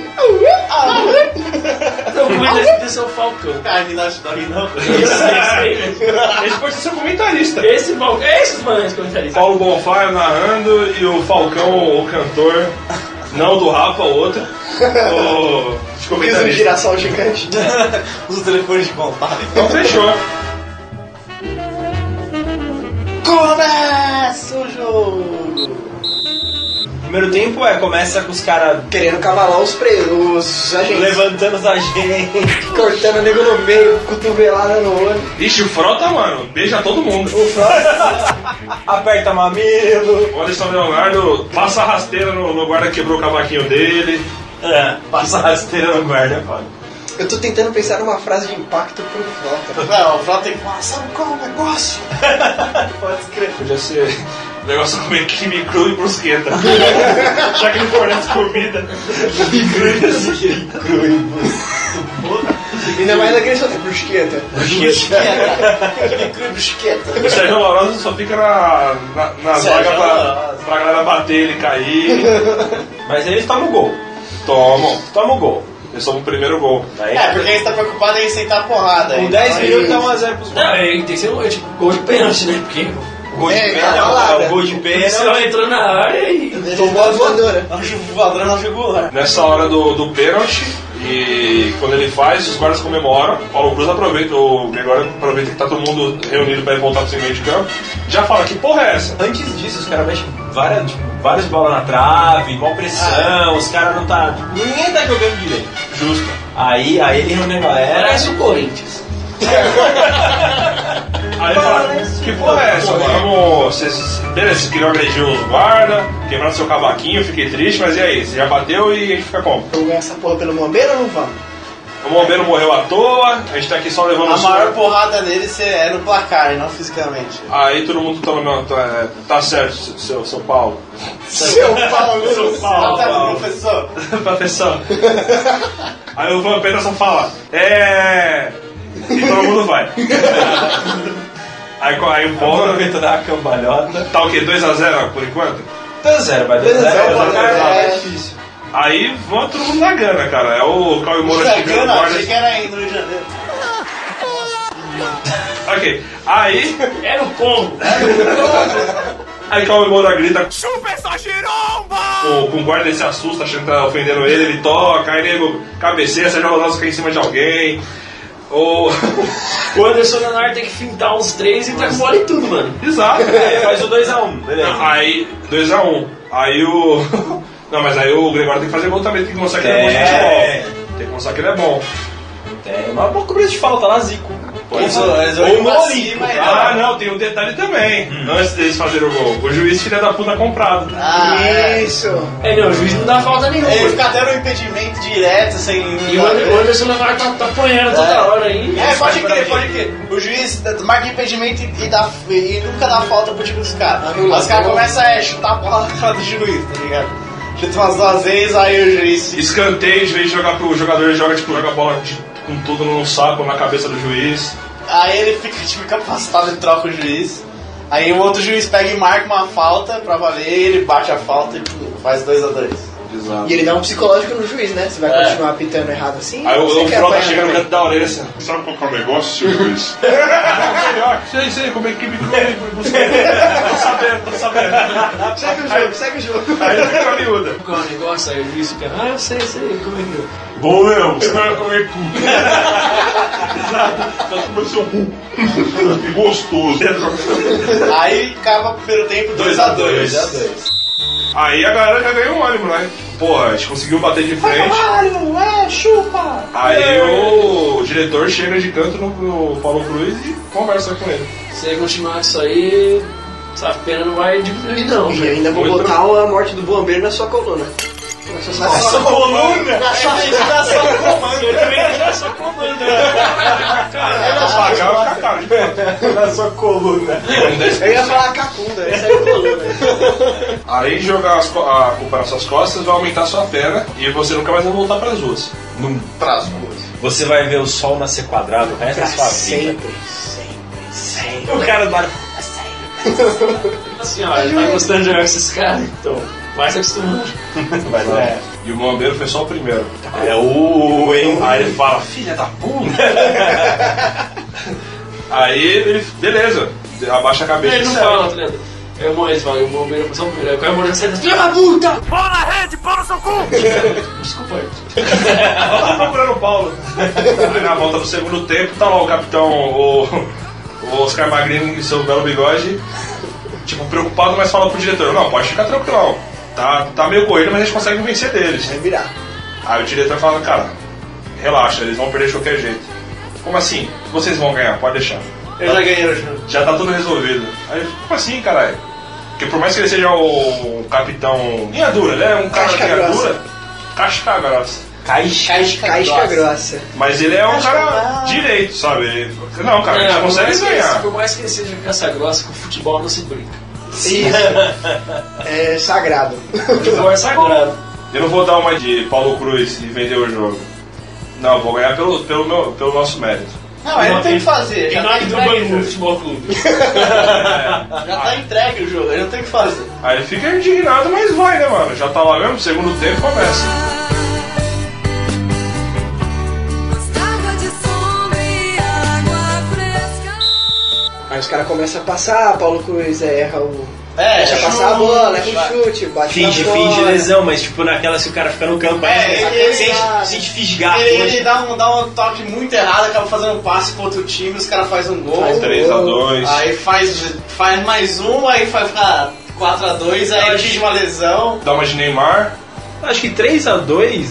Speaker 5: Então, como ele deve ser o Falcão?
Speaker 1: Ah, me dá não.
Speaker 5: Esse, esse,
Speaker 10: É esse pode ser comentarista.
Speaker 5: Esse Falcão, esse mano é esse comentarista.
Speaker 10: Paulo Bonfá narrando e o Falcão, o cantor, não do Rafa, o outro. O de
Speaker 7: Fiz um
Speaker 10: comentarista.
Speaker 7: girassol gigante.
Speaker 14: Os telefones de contato.
Speaker 10: Então fechou.
Speaker 7: Começa o jogo!
Speaker 14: Primeiro tempo é, começa com os caras
Speaker 7: querendo cavalar os presos, os agentes.
Speaker 14: Levantando os agentes.
Speaker 7: Cortando o nego no meio, cotovelada no olho.
Speaker 10: Vixe, o Frota, mano, beija todo mundo.
Speaker 7: O Frota.
Speaker 14: Aperta mamilo.
Speaker 10: O Anderson Leonardo passa a rasteira no, no guarda, quebrou o cavaquinho dele.
Speaker 14: É, passa rasteira no guarda, foda.
Speaker 7: Eu tô tentando pensar numa frase de impacto pro Frota.
Speaker 1: Não, o Flávio tem que falar, sabe qual é o negócio?
Speaker 7: Pode escrever.
Speaker 10: Podia ser o negócio como equipe cru e brusqueta. Já que não fornece comida.
Speaker 7: Ainda mais aquele só tem brusqueta.
Speaker 1: Brusqueta. Que brusqueta.
Speaker 10: O Sérgio Lourosa só fica na, na, na
Speaker 1: Sérgio
Speaker 10: zaga pra, pra galera bater ele cair.
Speaker 14: Mas eles tomam o gol.
Speaker 10: Tomam.
Speaker 14: Tomam o gol.
Speaker 10: Eles tomam o primeiro gol.
Speaker 14: Aí,
Speaker 1: É, porque a gente tá preocupado em sentar a porrada.
Speaker 14: com
Speaker 1: então
Speaker 14: 10
Speaker 1: aí-
Speaker 14: minutos é 1x0 pros
Speaker 5: um, Não, é, tem que ser um é, tipo, gol de pênalti, né? Porque
Speaker 14: Gol de
Speaker 7: É,
Speaker 14: pena,
Speaker 7: tá lá,
Speaker 14: é o gol de pena.
Speaker 5: Ela entrou na área e
Speaker 7: tomou
Speaker 1: tá
Speaker 7: a voadora.
Speaker 1: Voadora na jugular.
Speaker 10: Nessa hora do, do pênalti, e quando ele faz, os guardas comemoram. Paulo Cruz aproveita, o Gregório aproveita que tá todo mundo reunido pra ele voltar pro seu meio de campo. Já fala, que porra é essa?
Speaker 14: Antes disso, os caras mexem várias, tipo, várias bolas na trave, mó pressão, os caras não tá. tipo, ninguém tá jogando direito.
Speaker 10: Justo.
Speaker 14: Aí, aí ele reúne a galera.
Speaker 5: Parece o Corinthians.
Speaker 10: Aí ele fala, que porra é essa? mano? Vamos, vocês, beleza, vocês queriam agredir os guardas, quebraram seu cavaquinho, fiquei triste, mas e aí? Você já bateu e a gente fica como?
Speaker 7: Vamos ganhar essa porra pelo bombeiro ou não vamos?
Speaker 10: O bombeiro morreu à toa, a gente tá aqui só levando
Speaker 1: A
Speaker 10: os
Speaker 1: maior porrada dele cê- é no placar e não fisicamente.
Speaker 10: Aí todo mundo toma, não, tá, é, tá certo, seu, seu Paulo.
Speaker 1: Seu Paulo,
Speaker 10: seu Paulo.
Speaker 1: tá bom,
Speaker 10: professor. professor. Aí o Vampeta só fala, é. E todo mundo vai. aí, co- aí o Paulo. Vampeta dá uma cambalhota. Tá o quê? 2x0 por enquanto?
Speaker 14: 2x0, vai 2 a 0, vai 2 a 0.
Speaker 10: É difícil. Aí vão todo mundo na gana, cara. É o Caio Moura chegando,
Speaker 1: Sacana,
Speaker 10: guarda
Speaker 1: achei que é- era aí no Rio de Janeiro.
Speaker 10: Ok, aí. Era o combo! Aí Calma Moura grita. Chupa essa giromba! O, com o guarda ele se assusta, achando que tá ofendendo ele, ele toca, aí nego cabeceia, Sérgio Rodolfo cai em cima de alguém. O,
Speaker 5: O Anderson Leonardo tem que fintar uns três e tá com bola em tudo, mano.
Speaker 10: Exato.
Speaker 5: É, faz o
Speaker 10: 2x1, beleza. Aí, 2x1. Aí o. Não, mas aí o Gregório tem que fazer gol também, tem que mostrar que ele é bom de
Speaker 14: É.
Speaker 10: futebol. Tem que mostrar que ele é bom.
Speaker 14: É, mas pouco preço de falta lá, Zico.
Speaker 10: Pois é,
Speaker 14: Ou
Speaker 10: ou
Speaker 14: no
Speaker 10: pra
Speaker 14: Olímpico.
Speaker 10: cima, é. Ah, não, tem um detalhe também. Antes deles fazerem o gol, o juiz filha da puta comprado.
Speaker 7: Ah.
Speaker 1: Isso!
Speaker 5: É, não, o juiz não dá falta nenhuma.
Speaker 1: Ele fica dando um impedimento direto, sem.
Speaker 5: E o Ander- o Anderson Leonardo tá, tá apanhando toda hora aí.
Speaker 1: É, pode crer, pode crer. O juiz marca impedimento e, e dá, e nunca dá falta pro time dos caras. Os caras começam a é, chutar a bola na cara do juiz, tá ligado? Chuta umas duas vezes, aí o juiz.
Speaker 10: Escanteio, o juiz joga pro jogador, ele joga, tipo, joga a bola de- com tudo no saco, na cabeça do juiz.
Speaker 1: Aí ele fica tipo capacitado e troca o juiz. Aí o outro juiz pega e marca uma falta pra valer, ele bate a falta e pô, faz 2x2. Dois
Speaker 7: E ele dá um psicológico no juiz, né? Você vai
Speaker 1: É.
Speaker 7: continuar apitando errado assim?
Speaker 10: Aí o,
Speaker 7: Você
Speaker 10: o
Speaker 7: quer
Speaker 10: Frota
Speaker 7: apanhar
Speaker 10: chega no
Speaker 7: também?
Speaker 10: canto da orelha assim. Sabe qual que é o negócio, seu juiz? Melhor, sei, sei, como é que me Tô sabendo, tô sabendo.
Speaker 7: Segue o
Speaker 10: jogo,
Speaker 7: segue o jogo.
Speaker 10: Aí ele fica miúda.
Speaker 5: Qual é o negócio aí? O juiz fica, ah, eu sei, sei, como é que
Speaker 10: Bom, meu, você vai comer cu. Exato. Vai comer seu cu. Que gostoso.
Speaker 1: Aí acaba o primeiro tempo 2x2.
Speaker 10: Dois a Aí a galera já ganhou um ânimo, né? Porra, a gente conseguiu bater de frente.
Speaker 7: Caralho,
Speaker 5: né?
Speaker 7: é, chupa!
Speaker 5: É.
Speaker 10: Aí o diretor chega de canto no, no Paulo Cruz e conversa com ele.
Speaker 5: eu... é?" Se ele continuar com isso aí, essa pena não vai diminuir não,
Speaker 7: E
Speaker 5: velho.
Speaker 7: ainda vou
Speaker 5: Muito-
Speaker 7: botar a morte do bombeiro na sua coluna. Na
Speaker 5: sua coluna?
Speaker 7: Na sua
Speaker 5: Na sua comanda. Eu também ia
Speaker 7: na
Speaker 5: sua comanda.
Speaker 7: Na sua coluna. Eu ia falar cacunda, essa é a coluna.
Speaker 10: Aí jogar as co- a culpa nas suas costas vai aumentar a sua pena e você nunca mais vai voltar pras ruas.
Speaker 14: Num
Speaker 10: prazo.
Speaker 14: Você vai ver o sol nascer quadrado o resto da sua vida.
Speaker 7: sempre, sempre.
Speaker 5: O cara da... Assim, ó, ele tá gostando de jogar com esses caras, então vai se acostumando.
Speaker 10: Vai lá. E o bombeiro foi só o primeiro.
Speaker 14: É o hein?
Speaker 10: Aí ele fala, filha da puta! Aí ele, beleza, abaixa a cabeça.
Speaker 5: Ele não
Speaker 10: e sai.
Speaker 5: fala, tá ligado? É o Moisés, fala, o bombeiro foi só o primeiro. Aí o cara morando sai da filha da puta!
Speaker 17: Bola rede, bola seu cu!
Speaker 5: Desculpa aí.
Speaker 10: Ela tá procurando o Paulo. Aí Na volta do segundo tempo, tá lá o capitão, o, o Oscar Magrini e seu belo bigode, tipo, preocupado, mas fala pro diretor, não, pode ficar tranquilo, tá, tá meio corrido, mas a gente consegue vencer deles. Vai
Speaker 7: virar.
Speaker 10: Aí o diretor fala, cara, relaxa, eles vão perder de qualquer jeito. Como assim? Vocês vão ganhar, pode deixar.
Speaker 1: Eu já ganhei o jogo.
Speaker 10: Já tá tudo resolvido. Aí, ele, como assim, caralho? Porque por mais que ele seja o capitão linha dura, ele é um cara
Speaker 7: Casca
Speaker 10: linha
Speaker 7: grossa.
Speaker 10: dura, casca grossa.
Speaker 7: Caixa,
Speaker 10: grossa.
Speaker 7: grossa.
Speaker 10: Mas ele é um
Speaker 7: Casca
Speaker 10: cara direito, sabe? Ele- Não,
Speaker 5: É,
Speaker 10: é cara, a gente consegue
Speaker 5: por mais que ele-
Speaker 10: ganhar.
Speaker 5: Por mais que ele seja caça grossa, com futebol não se brinca.
Speaker 7: Sim. É sagrado.
Speaker 5: Futebol é sagrado.
Speaker 10: Eu não vou dar uma de Paulo Cruz e vender o jogo. Não, vou ganhar pelo, pelo, meu, pelo nosso mérito.
Speaker 1: Não, ele não tem o que fazer.
Speaker 5: Em
Speaker 1: Já tá
Speaker 5: nome do
Speaker 1: entregue o
Speaker 5: Bangu
Speaker 1: jogo.
Speaker 5: Futebol Clube.
Speaker 1: Já tá entregue o jogo, ele não tem o que fazer.
Speaker 10: É. Aí ele fica indignado, mas vai, né, mano? Já tá lá mesmo, segundo tempo começa.
Speaker 7: Aí os caras começam a passar, Paulo Cruz erra o.
Speaker 14: É,
Speaker 7: deixa passar tá a
Speaker 14: chute,
Speaker 7: bola, né? erra
Speaker 14: vai.
Speaker 7: o chute, bate
Speaker 14: Finge,
Speaker 7: pra fora.
Speaker 14: finge lesão, mas tipo naquela se o cara fica no campo, aí
Speaker 1: ele- ele-
Speaker 14: sente, sente fisgar.
Speaker 1: Ele,
Speaker 14: né?
Speaker 1: ele dá, um, dá um toque muito errado, acaba fazendo um passe pro outro time, os caras fazem um gol.
Speaker 10: Faz três a dois.
Speaker 1: Aí faz, faz mais um, aí faz 4x2, aí atinge uma lesão.
Speaker 10: Dá uma de Neymar.
Speaker 14: Acho que 3x2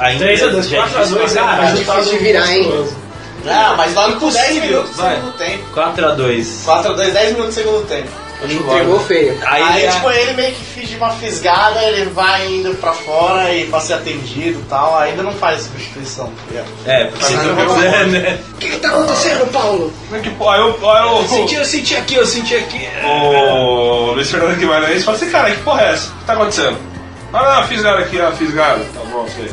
Speaker 14: ainda.
Speaker 5: 3x2,
Speaker 14: já é
Speaker 5: 4x2,
Speaker 14: difícil pra
Speaker 5: cara.
Speaker 14: caralho.
Speaker 1: Ah, mas logo com 10
Speaker 14: Possível,
Speaker 1: minutos do
Speaker 14: vai.
Speaker 1: segundo tempo.
Speaker 14: 4x2
Speaker 1: 4x2, 10 minutos do segundo tempo.
Speaker 14: Entregou feio.
Speaker 1: Aí,
Speaker 14: Aí, é, ele-
Speaker 1: tipo, ele meio que finge uma fisgada, ele vai indo pra fora e pra ser atendido e tal, ainda não faz substituição, tá ligado?
Speaker 14: É, porque você
Speaker 10: tipo,
Speaker 1: Caralho,
Speaker 14: fica
Speaker 1: vamos lá.
Speaker 14: pensando, né?
Speaker 7: O que, que tá acontecendo, Paulo?
Speaker 10: Como é que pô, aí eu, aí eu,
Speaker 14: Eu senti, eu senti aqui, eu senti aqui.
Speaker 10: O Luiz Fernando Guimarães fala assim, cara, que porra é essa? O que tá acontecendo? Ah, não, fisgaram aqui, ah, fisgaram. Tá bom, sei.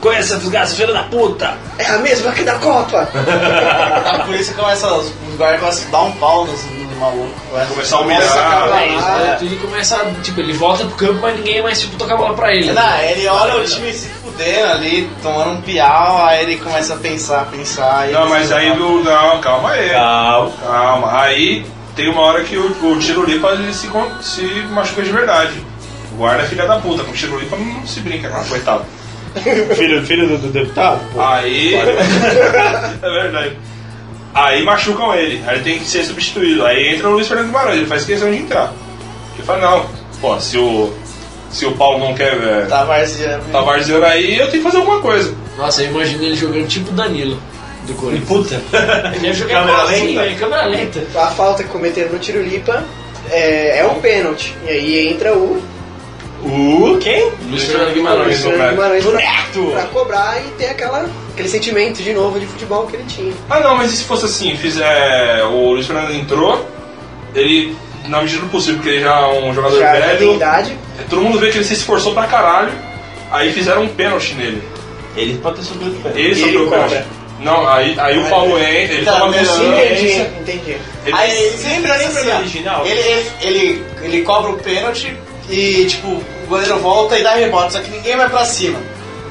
Speaker 14: Conhece os gatos, filho da puta!
Speaker 7: É a mesma que da Copa!
Speaker 1: A polícia começa, os os guardas começam a dar um pau nos, nos malucos. começa-
Speaker 10: Começar
Speaker 1: começa
Speaker 10: a
Speaker 1: a
Speaker 10: humilhar.
Speaker 1: acabar.
Speaker 10: É isso,
Speaker 1: Ah,
Speaker 10: né?
Speaker 5: Ele começa, a- tipo, ele volta pro campo, mas ninguém mais, tipo, toca a bola pra ele.
Speaker 1: É. Não, ele olha o time se fudendo ali, tomando um piau, aí ele começa a pensar, pensar. e
Speaker 10: Não, mas
Speaker 1: ele-
Speaker 10: aí do. Não, calma aí.
Speaker 14: Calma.
Speaker 10: Calma. Aí tem uma hora que o, o Tirolipa ele se, con- se machuca de verdade. O guarda é filha da puta, com o Tirolipa não se brinca, não, coitado.
Speaker 14: filho, filho do, deputado?
Speaker 10: Aí. é verdade. Aí machucam ele, aí ele tem que ser substituído. Aí entra o Luiz Fernando Guimarães, ele faz questão de entrar. Ele fala, não, pô, se o. Se o Paulo não quer. É,
Speaker 1: Tá varzeando.
Speaker 10: tá varzeando aí, eu tenho que fazer alguma coisa.
Speaker 5: Nossa, eu imagino ele jogando tipo o Danilo do Corinthians.
Speaker 14: Puta.
Speaker 5: Ele ia jogar
Speaker 7: Câmera
Speaker 5: assim,
Speaker 7: lenta.
Speaker 5: velho, câmera lenta.
Speaker 7: A falta que cometeram no tiro limpa é, é um pênalti. E aí entra o
Speaker 10: O quem?
Speaker 5: Luiz Fernando Guimarães,
Speaker 7: Luiz Fernando Guimarães
Speaker 10: Boneco!
Speaker 7: pra cobrar e ter aquela, aquele sentimento de novo de futebol que ele tinha.
Speaker 10: Ah não, mas e se fosse assim, fizer. O Luiz Fernando entrou, ele, na medida do possível, porque ele já é um jogador
Speaker 7: Já
Speaker 10: velho. É,
Speaker 7: tem idade.
Speaker 10: Todo mundo vê que ele se esforçou pra caralho, aí fizeram um pênalti nele.
Speaker 14: Ele pode ter subido o pênalti.
Speaker 10: Ele sofreu é o pênalti. Não, aí, aí o Paulo entra, ele
Speaker 1: Tá,
Speaker 10: toma
Speaker 1: mas
Speaker 10: visão.
Speaker 1: entendi,
Speaker 7: entendi.
Speaker 10: Ele- é
Speaker 1: Aí sempre
Speaker 14: Lembra
Speaker 1: sempre
Speaker 14: da
Speaker 1: ó,
Speaker 14: original?
Speaker 1: Ele, ele, ele, ele cobra o pênalti e, tipo, o goleiro volta e dá rebote, só que ninguém vai pra cima.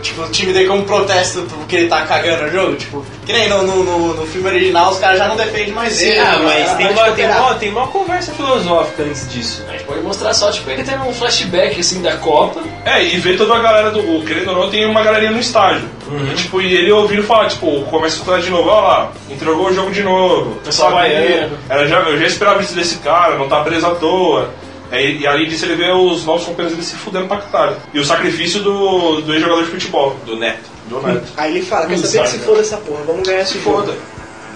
Speaker 1: Tipo, o time dele como protesto porque ele tá cagando o jogo, tipo, que nem no, no, no, no filme original os caras já não defendem mais
Speaker 14: Sim,
Speaker 1: ele.
Speaker 14: ah,
Speaker 1: né?
Speaker 14: mas
Speaker 1: Ela
Speaker 14: tem uma,
Speaker 1: pode
Speaker 14: tem,
Speaker 1: cooperar.
Speaker 14: uma, tem uma conversa filosófica antes disso.
Speaker 5: A gente pode mostrar só, tipo, ele teve um flashback assim da Copa.
Speaker 10: É, e vê toda a galera do. o- Querendo ou não, tem uma galerinha no estádio. E, tipo, e ele ouvindo falar, tipo, começa a escutar de novo, ó lá, entregou o jogo de novo.
Speaker 5: Pessoal
Speaker 10: Sabe?
Speaker 5: vaiando.
Speaker 10: Era já, eu já esperava isso desse cara, não tá preso à toa. Aí- E, além disso, ele vê os novos companheiros dele se fudendo pra caralho. E o sacrifício do, do ex-jogador de futebol.
Speaker 14: Do Neto.
Speaker 10: Do Neto.
Speaker 7: Aí ele fala, quer saber que se foda essa porra, vamos ganhar esse jogo.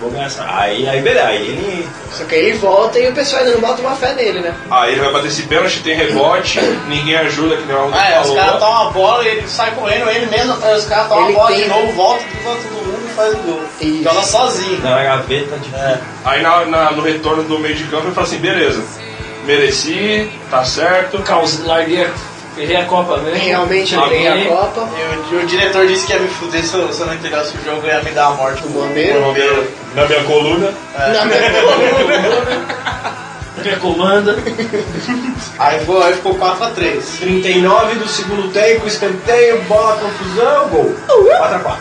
Speaker 14: Vou ganhar essa. Aí, aí, beleza. Aí ele.
Speaker 7: Só que aí ele volta e o pessoal ainda não bota uma fé nele, né?
Speaker 10: Aí Ah, ele vai bater esse pênalti, tem rebote, ninguém ajuda, que nem o
Speaker 1: Ah, é, os
Speaker 10: falou.
Speaker 1: caras tomam a bola e ele sai correndo, ele mesmo atrás dos caras, toma a
Speaker 7: Ele
Speaker 1: bola
Speaker 7: tem- um-
Speaker 1: de novo, volta, dribla todo mundo e faz o gol.
Speaker 7: Isso.
Speaker 1: Joga sozinho.
Speaker 14: Na gaveta tipo, de.
Speaker 10: Aí na- na- no retorno do meio de campo ele fala assim, beleza, mereci, tá certo.
Speaker 5: Caos, larguei a, errei a Copa mesmo.
Speaker 7: Realmente
Speaker 10: Tá
Speaker 5: Alguém-
Speaker 7: ele a Copa.
Speaker 1: E o, e o diretor disse que ia me fuder se eu, se eu não entregasse o jogo, ia me dar a morte. O
Speaker 7: bombeiro?
Speaker 10: Na minha coluna.
Speaker 7: Na minha
Speaker 5: Minha comanda.
Speaker 1: Aí, foi, aí ficou 4x3.
Speaker 14: 39 do segundo tempo, escanteio, bola, confusão, gol. 4x4.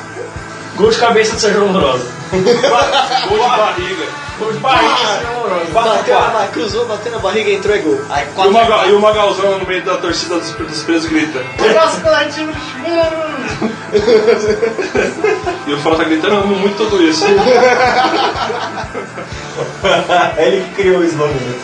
Speaker 5: Gol de cabeça do Sérgio Amorosa.
Speaker 10: Gol de barriga.
Speaker 5: Gol de barriga do Sérgio Amorosa.
Speaker 7: bateu,
Speaker 14: 4x4.
Speaker 7: na- cruzou, bateu na barriga e entrou e gol.
Speaker 1: Aí
Speaker 10: E o,
Speaker 1: 4
Speaker 10: Magal, e o Magalzão no meio da torcida dos, dos presos grita.
Speaker 1: Nossa, coletivo de choro.
Speaker 10: E o Fala tá gritando, eu amo muito tudo isso.
Speaker 14: ele que criou o slogan. né?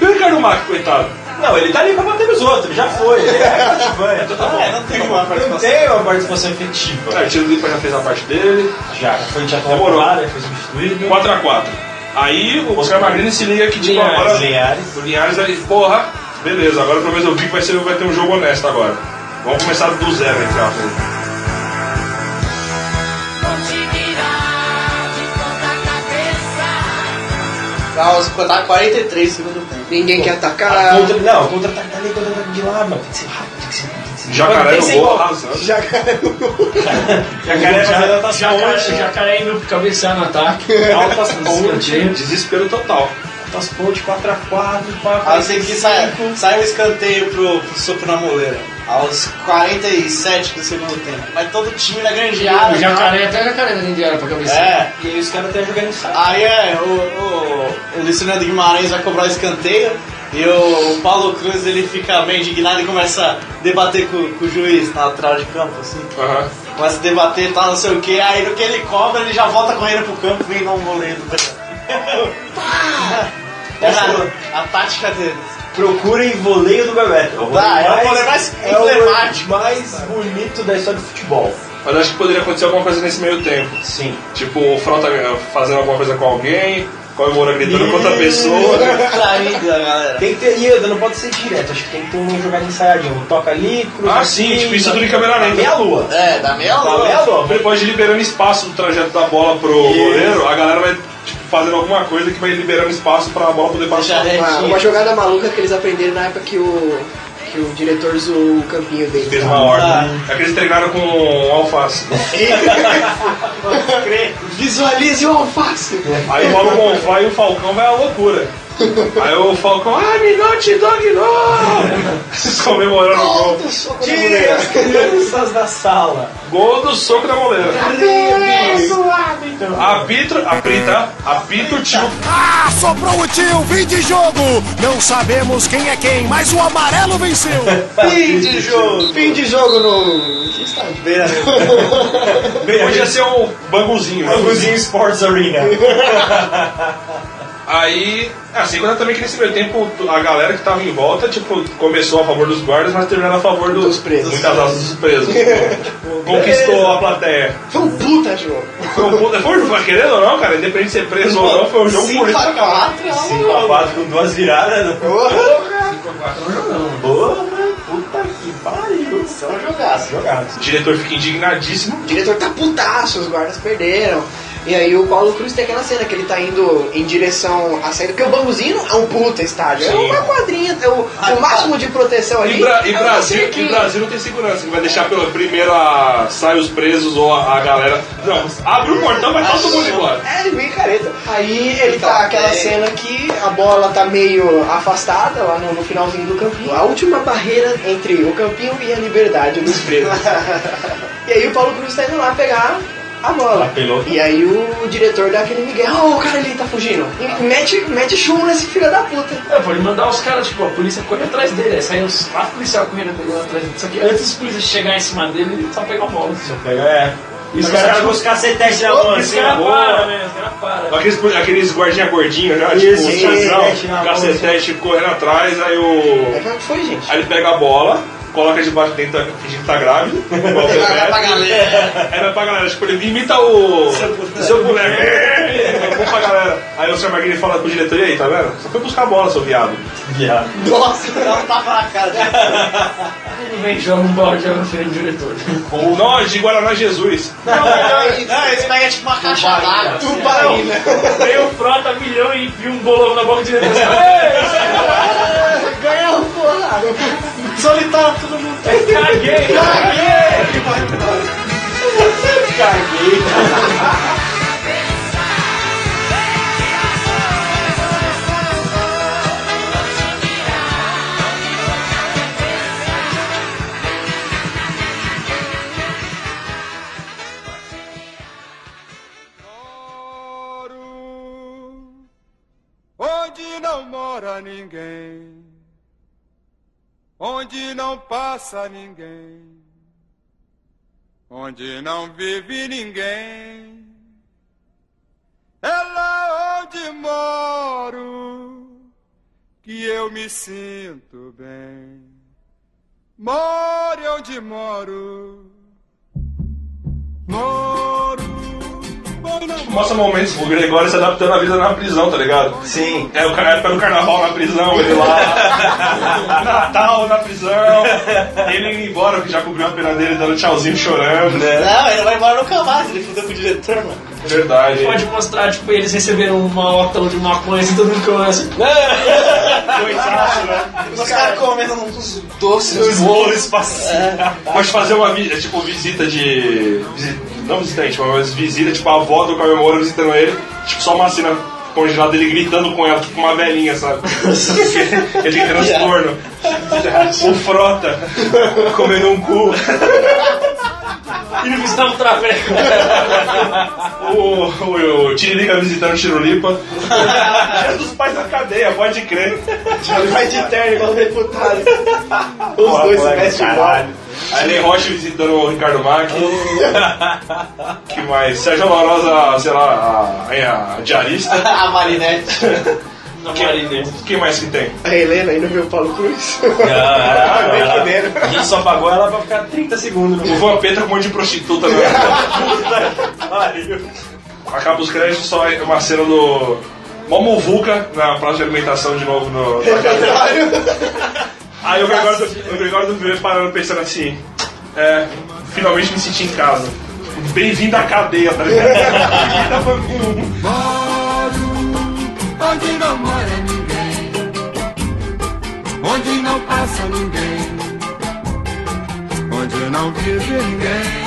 Speaker 10: É. E o Ricardo Mac, coitado.
Speaker 14: Não, ele tá ali pra bater nos outros, já foi. Ele é cativante.
Speaker 1: É, não tem uma
Speaker 14: Não
Speaker 1: participação.
Speaker 14: tem uma participação efetiva.
Speaker 10: É, o Tiro Lipa já fez a parte dele.
Speaker 14: Já, foi já
Speaker 10: Demorou.
Speaker 14: temporada, foi substituído.
Speaker 10: 4x4. Aí o Oscar Magrini se liga que tipo
Speaker 14: Linhares,
Speaker 10: agora.
Speaker 14: Linhares.
Speaker 10: O Linhares ali, porra, beleza, agora pelo menos eu vi que vai, ser, vai ter um jogo honesto agora. Vamos começar do zero, entre aspas.
Speaker 2: Pode virar de ponta cabeça.
Speaker 1: Tá, os- tá 43 segundo tempo.
Speaker 7: Ninguém quer
Speaker 14: Ah,
Speaker 7: atacar.
Speaker 14: contra, não, contra-ataque tá ali, contra-ataque de lado, mano. Tem que ser rápido, tem que ser rápido. Tem que ser
Speaker 10: Jacaré
Speaker 14: Tem
Speaker 10: no
Speaker 14: que ser
Speaker 10: gol,
Speaker 14: igual.
Speaker 10: arrasando.
Speaker 14: Jacaré fazendo
Speaker 5: Já
Speaker 14: anotação.
Speaker 5: já jacaré indo cabeçar no ataque.
Speaker 14: Altas
Speaker 5: Escanteio.
Speaker 14: pontes.
Speaker 10: Desespero total.
Speaker 14: Altas pontes, 4x4,
Speaker 1: Aí você assim que sai, sai um escanteio pro, pro soco na moleira. Aos 47 do segundo tempo. Mas todo time na grande área. né?
Speaker 5: O jacaré, até o jacaré da Indiana pra cabeçar.
Speaker 1: É.
Speaker 14: E aí os caras estão jogando em
Speaker 1: Aí é, o,
Speaker 17: o Luciano Guimarães vai cobrar o escanteio e o Paulo Cruz ele fica meio indignado e começa a debater com, com o juiz na lateral de campo, assim. Começa a debater e tal, não sei o que, aí no que ele cobra ele já volta correndo pro campo e vem dar um goleiro. Era a tática dele.
Speaker 14: Procurem voleio do Bebeto. É o
Speaker 17: Ah, é o voleio mais emblemático.
Speaker 14: É o mais bonito da história do futebol.
Speaker 10: Mas acho que poderia acontecer alguma coisa nesse meio tempo.
Speaker 14: Sim.
Speaker 10: Tipo, o Frota fazendo alguma coisa com alguém, comemora gritando com outra pessoa.
Speaker 14: Traída, galera. Tem que ter, e Eda, não pode ser direto, acho que tem que ter um jogada ensaiadinho. Um Toca ali, cruza. assim,
Speaker 10: Ah, sim,
Speaker 14: aqui,
Speaker 10: tipo isso
Speaker 14: dá-
Speaker 10: tudo em câmera
Speaker 14: dá
Speaker 10: lenta.
Speaker 14: Meia lua.
Speaker 17: É,
Speaker 14: Dá meia lua.
Speaker 10: Ele pode ir liberando espaço do trajeto da bola pro goleiro, a galera vai tipo, fazendo alguma coisa que vai liberando espaço pra bola poder passar.
Speaker 17: é, Ah,
Speaker 7: Uma, uma jogada maluca que eles aprenderam na época que o, que o diretor zoou o campinho dele.
Speaker 10: Fez um uma horta. Aqueles treinaram com um alface.
Speaker 7: Visualize o alface.
Speaker 10: Aí rola o Bonfá e o Falcão vai à loucura. Aí o Falcão, ah, Minote Dog não! Vocês comemorando o gol.
Speaker 14: Tira as crianças da sala.
Speaker 10: Gol do soco da goleira. Apito, apita, apita tá? o tio.
Speaker 8: Ah, sobrou o tio, fim de jogo! Não sabemos quem é quem, mas o amarelo venceu!
Speaker 7: Fim de jogo. Fim de jogo no... Que estádio?
Speaker 10: Podia ser um banguzinho.
Speaker 14: Banguzinho Sports Arena.
Speaker 10: Aí, assim, quando também que nesse meio tempo a galera que tava em volta, tipo, começou a favor dos guardas, mas terminaram a favor dos, presos. Muitas aspas dos presos. Tipo, Conquistou a plateia.
Speaker 7: Foi um puta jogo.
Speaker 10: Foi um puta, foi, foi querendo ou não, cara, independente de ser preso ou não, foi um jogo bonito pra caralho.
Speaker 7: assim.
Speaker 14: 5x4 com duas viradas. Porra! 5x4 não jogando. Porra, puta que pariu.
Speaker 7: Só jogaço.
Speaker 14: Jogaço.
Speaker 10: O diretor fica indignadíssimo.
Speaker 7: O diretor tá putaço, os guardas perderam. E aí o Paulo Cruz tem aquela cena que ele tá indo em direção à saída, porque o Bambuzino é um puta estádio, é
Speaker 10: Sim. Ah, tá.
Speaker 7: uma quadrinha, é o, o máximo de proteção ali.
Speaker 10: E, Bra- e
Speaker 7: é uma
Speaker 10: Brasil, e
Speaker 7: cerquinha.
Speaker 10: Brasil não tem segurança, que vai deixar pela primeira sai os presos ou a, a galera. Não, abre o portão, vai todo mundo embora. Então, é.
Speaker 7: É, ele bem careta. Aí ele tá aquela cena que a bola tá meio afastada lá no, no finalzinho do campinho. A última barreira entre o campinho e a liberdade dos presos. e aí o Paulo Cruz tá indo lá pegar a bola.
Speaker 14: Apelou.
Speaker 7: E aí o diretor dá aquele migué, oh, o cara ali tá fugindo. E mete, mete chumbo nesse filho da puta.
Speaker 5: É, pode mandar os caras, tipo, a polícia corre atrás dele. Aí sai os quatro policiais correndo pegando atrás dele. Só que antes dos policiais chegarem em cima dele, ele só pega a bola. Só
Speaker 14: pega, é.
Speaker 5: E os
Speaker 10: Mas os
Speaker 5: caras
Speaker 10: caras
Speaker 5: com
Speaker 10: com
Speaker 5: os
Speaker 10: os
Speaker 5: cacetes
Speaker 10: cacetetes
Speaker 5: na
Speaker 10: na
Speaker 5: mão,
Speaker 10: mão,
Speaker 5: Os
Speaker 10: assim,
Speaker 5: caras
Speaker 10: boa.
Speaker 5: param, velho. né? Os caras param.
Speaker 10: Aqueles, aqueles guardinha gordinho já,
Speaker 5: Isso,
Speaker 10: tipo,
Speaker 5: cacetete na
Speaker 10: chazão,
Speaker 5: mão,
Speaker 10: cacetete correndo atrás, aí o.
Speaker 7: É que foi, gente.
Speaker 10: Aí ele pega a bola, coloca debaixo dentro, fingindo que tá grávido. igual o Bebeto.
Speaker 7: Era pra galera.
Speaker 10: Era pra galera, tipo, ele imita o. Seu boneco. É bom pra galera. Aí o Sr. Magrini fala pro diretor, e aí, tá vendo? Só foi buscar a bola, seu viado.
Speaker 14: Viado.
Speaker 7: Nossa, dá um tapa na cara.
Speaker 5: Ele vem, joga um balde, joga no filho do diretor.
Speaker 10: Ou nós de Guaraná Jesus.
Speaker 5: Não, não,
Speaker 17: É, Não, eles pegam tipo uma caixa d'água.
Speaker 5: Tubarina. Veio o Frota milhão e viu um bolão na boca direita.
Speaker 10: É,
Speaker 7: Ganhou, porra!
Speaker 17: Solitário todo mundo.
Speaker 5: Caguei! Caguei!
Speaker 18: onde não mora ninguém, onde não passa ninguém, onde não vive ninguém. É lá onde moro que eu me sinto bem. More onde moro, moro. moro não
Speaker 10: Mostra momentos, o Gregório se adaptando à vida na prisão, tá ligado? Sim. É o cara época do carnaval na prisão, ele lá. Natal na prisão. Ele indo embora, que já cobriu a pena dele, dando tchauzinho, chorando. né?
Speaker 17: Não, ele não vai embora nunca mais, ele fudeu com o diretor, mano.
Speaker 10: Verdade.
Speaker 5: Pode mostrar, tipo, eles receberam uma ótala de maconha e todo mundo começa.
Speaker 17: Os caras comendo uns doces,
Speaker 10: Os bolos espaciais. Pode fazer uma vi- tipo, visita de. visi- Não visitante, mas visita, tipo, a avó do Cauê Moura visitando ele, tipo, só uma cena congelada dele gritando com ela, tipo uma velhinha, sabe? ele tem transtorno. O frota comendo um cu.
Speaker 5: E o Gustavo Traveco.
Speaker 10: O, o, o Tiririca visitando Tirulipa. Dia É dos pais na cadeia, pode crer.
Speaker 7: Vai de terno igual deputado.
Speaker 10: Os
Speaker 7: dois se vestem
Speaker 10: Alien Rocha visitando o Ricardo Mac. que mais? Sérgio Larosa, sei lá, a, a, a diarista.
Speaker 1: A Marinette.
Speaker 10: Quem, quem mais que tem?
Speaker 7: A Helena ainda viu o Paulo Cruz.
Speaker 10: Ah,
Speaker 7: Bem
Speaker 10: a gente só pagou ela pra ficar 30 segundos. O Vampeta com um monte de prostituta. Né? Acaba os créditos, só é uma cena do... Mó muvuca na praça de alimentação de novo no... na cadeia. Aí o Gregório, do- o Gregório do Viver parando pensando assim... É, finalmente me senti em casa. Bem-vindo à cadeia, tá ligado? Tá
Speaker 18: onde não mora ninguém, onde não passa ninguém, onde não vive ninguém.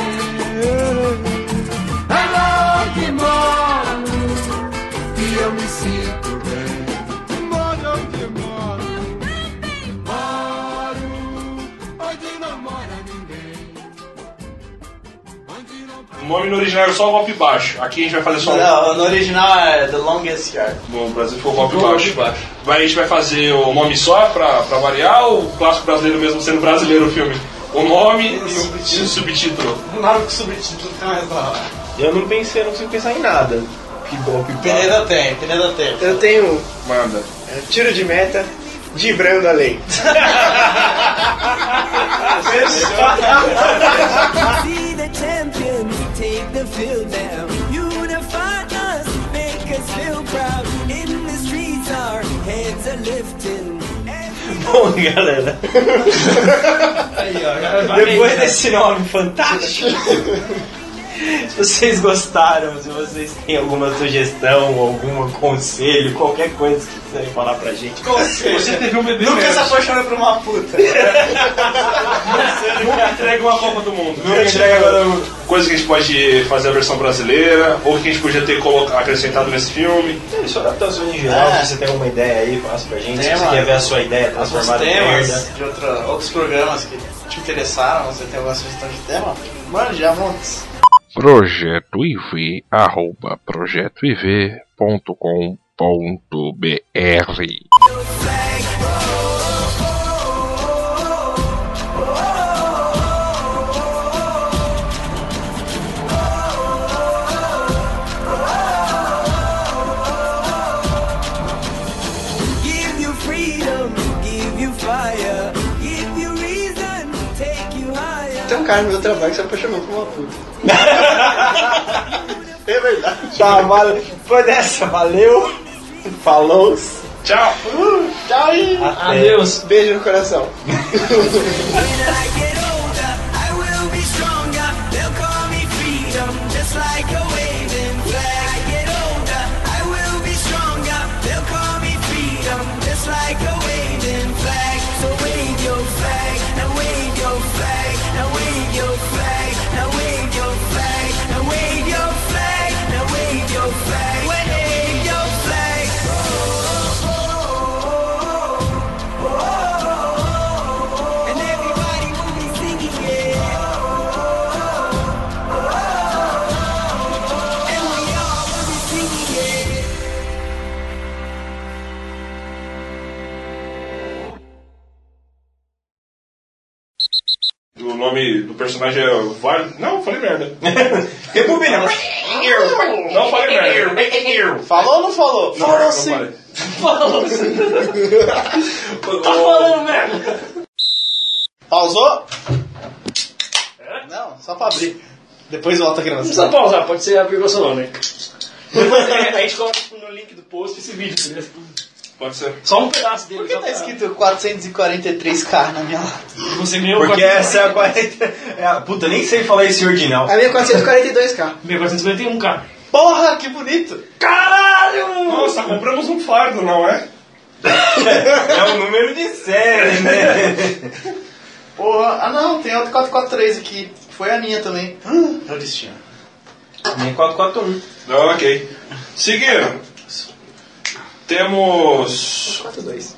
Speaker 18: É lá onde moro e eu me sinto bem. Moro onde moro, moro onde não mora ninguém, onde não
Speaker 10: O nome no original é só golpe baixo. Aqui a gente vai fazer só
Speaker 1: Não, no original é The Longest Yard.
Speaker 10: No Brasil ficou golpe baixo. Mas a gente vai fazer o nome só pra, pra variar ou o clássico brasileiro mesmo sendo brasileiro o filme? O nome e o, e o subtítulo.
Speaker 1: Nada que subtítulo
Speaker 17: tá
Speaker 1: tem mais pra lá.
Speaker 3: Eu não pensei, eu não consigo pensar em nada. Que golpe
Speaker 1: Peneira tem, Peneira tem.
Speaker 7: Eu tenho
Speaker 10: Manda.
Speaker 7: é, tiro de meta, divrando a lei.
Speaker 18: See the champions take the field now. Unify us, make us feel proud. In the streets, our heads are lifting.
Speaker 5: Bom, galera. Depois desse nome fantástico. Se vocês gostaram, se vocês têm alguma sugestão, algum conselho, qualquer coisa que quiserem falar pra gente.
Speaker 1: Você
Speaker 5: teve um bebê.
Speaker 1: Nunca se apaixonou por uma puta.
Speaker 10: Nunca entrega uma Copa do Mundo.
Speaker 5: Nunca entrega uma Copa do Mundo.
Speaker 10: um Coisa que a gente pode fazer a versão brasileira, ou que a gente podia ter coloca- acrescentado nesse filme.
Speaker 14: Isso, adaptações em geral,
Speaker 10: É.
Speaker 14: se você tem alguma ideia aí, passa pra gente.
Speaker 1: Tem,
Speaker 14: se você
Speaker 1: mano.
Speaker 14: quer ver a sua ideia
Speaker 1: Alguns
Speaker 14: transformada em merda.
Speaker 1: temas de outra- outros programas que te interessaram, você tem alguma sugestão de tema? Mano, já montes.
Speaker 12: Projeto IV, arroba
Speaker 14: É,
Speaker 12: projetoiv.com.br
Speaker 18: Give you freedom, give you fire, give you reason, take you higher.
Speaker 7: Tem um cara no meu trabalho que se apaixonou por uma puta.
Speaker 1: É verdade.
Speaker 5: Tá, valeu. Foi dessa, valeu. Falou.
Speaker 10: Tchau.
Speaker 7: Tchau e
Speaker 5: Adeus.
Speaker 7: Beijo no coração.
Speaker 18: I will be stronger, they'll call me freedom, just like a waving flag. I get older, I will be stronger, they'll call me freedom, just like a waving flag. So wave your flag, now wave your flag, now wave your flag, now wave your flag, now wave your flag, now wave your flag, wave your flag. And everybody will be singing it. And we all will be singing it.
Speaker 10: O nome do personagem é Vale. Não, falei merda.
Speaker 5: um
Speaker 10: Repubina. Não falei merda.
Speaker 1: Falou ou não falou?
Speaker 10: Não,
Speaker 1: falou
Speaker 10: não
Speaker 1: sim.
Speaker 10: falei.
Speaker 1: Falou sim. tá falando merda. Pausou?
Speaker 17: É?
Speaker 1: Não, só pra abrir. Depois volta a
Speaker 5: Não
Speaker 1: gravação.
Speaker 5: precisa pausar, pode ser a vírgula sonora. Depois é, a gente coloca tipo, no link do post esse vídeo, entendeu?
Speaker 10: Pode ser.
Speaker 5: Só um pedaço dele.
Speaker 1: Por que tá escrito 443k na minha lata?
Speaker 5: Você ganhou
Speaker 14: Porque essa é a 40. É a... Puta, nem sei falar esse ordinal.
Speaker 7: A minha é 442k.
Speaker 5: Meu 451k.
Speaker 1: Porra, que bonito!
Speaker 5: Caralho!
Speaker 10: Nossa, compramos um fardo, não é?
Speaker 14: É um número de série, né?
Speaker 1: Porra, ah não, tem outro 443 aqui. Foi a minha também. Ah,
Speaker 5: Então,
Speaker 1: É o destino.
Speaker 14: Nem 441.
Speaker 10: Não, ok. Seguindo. Temos.
Speaker 7: 42.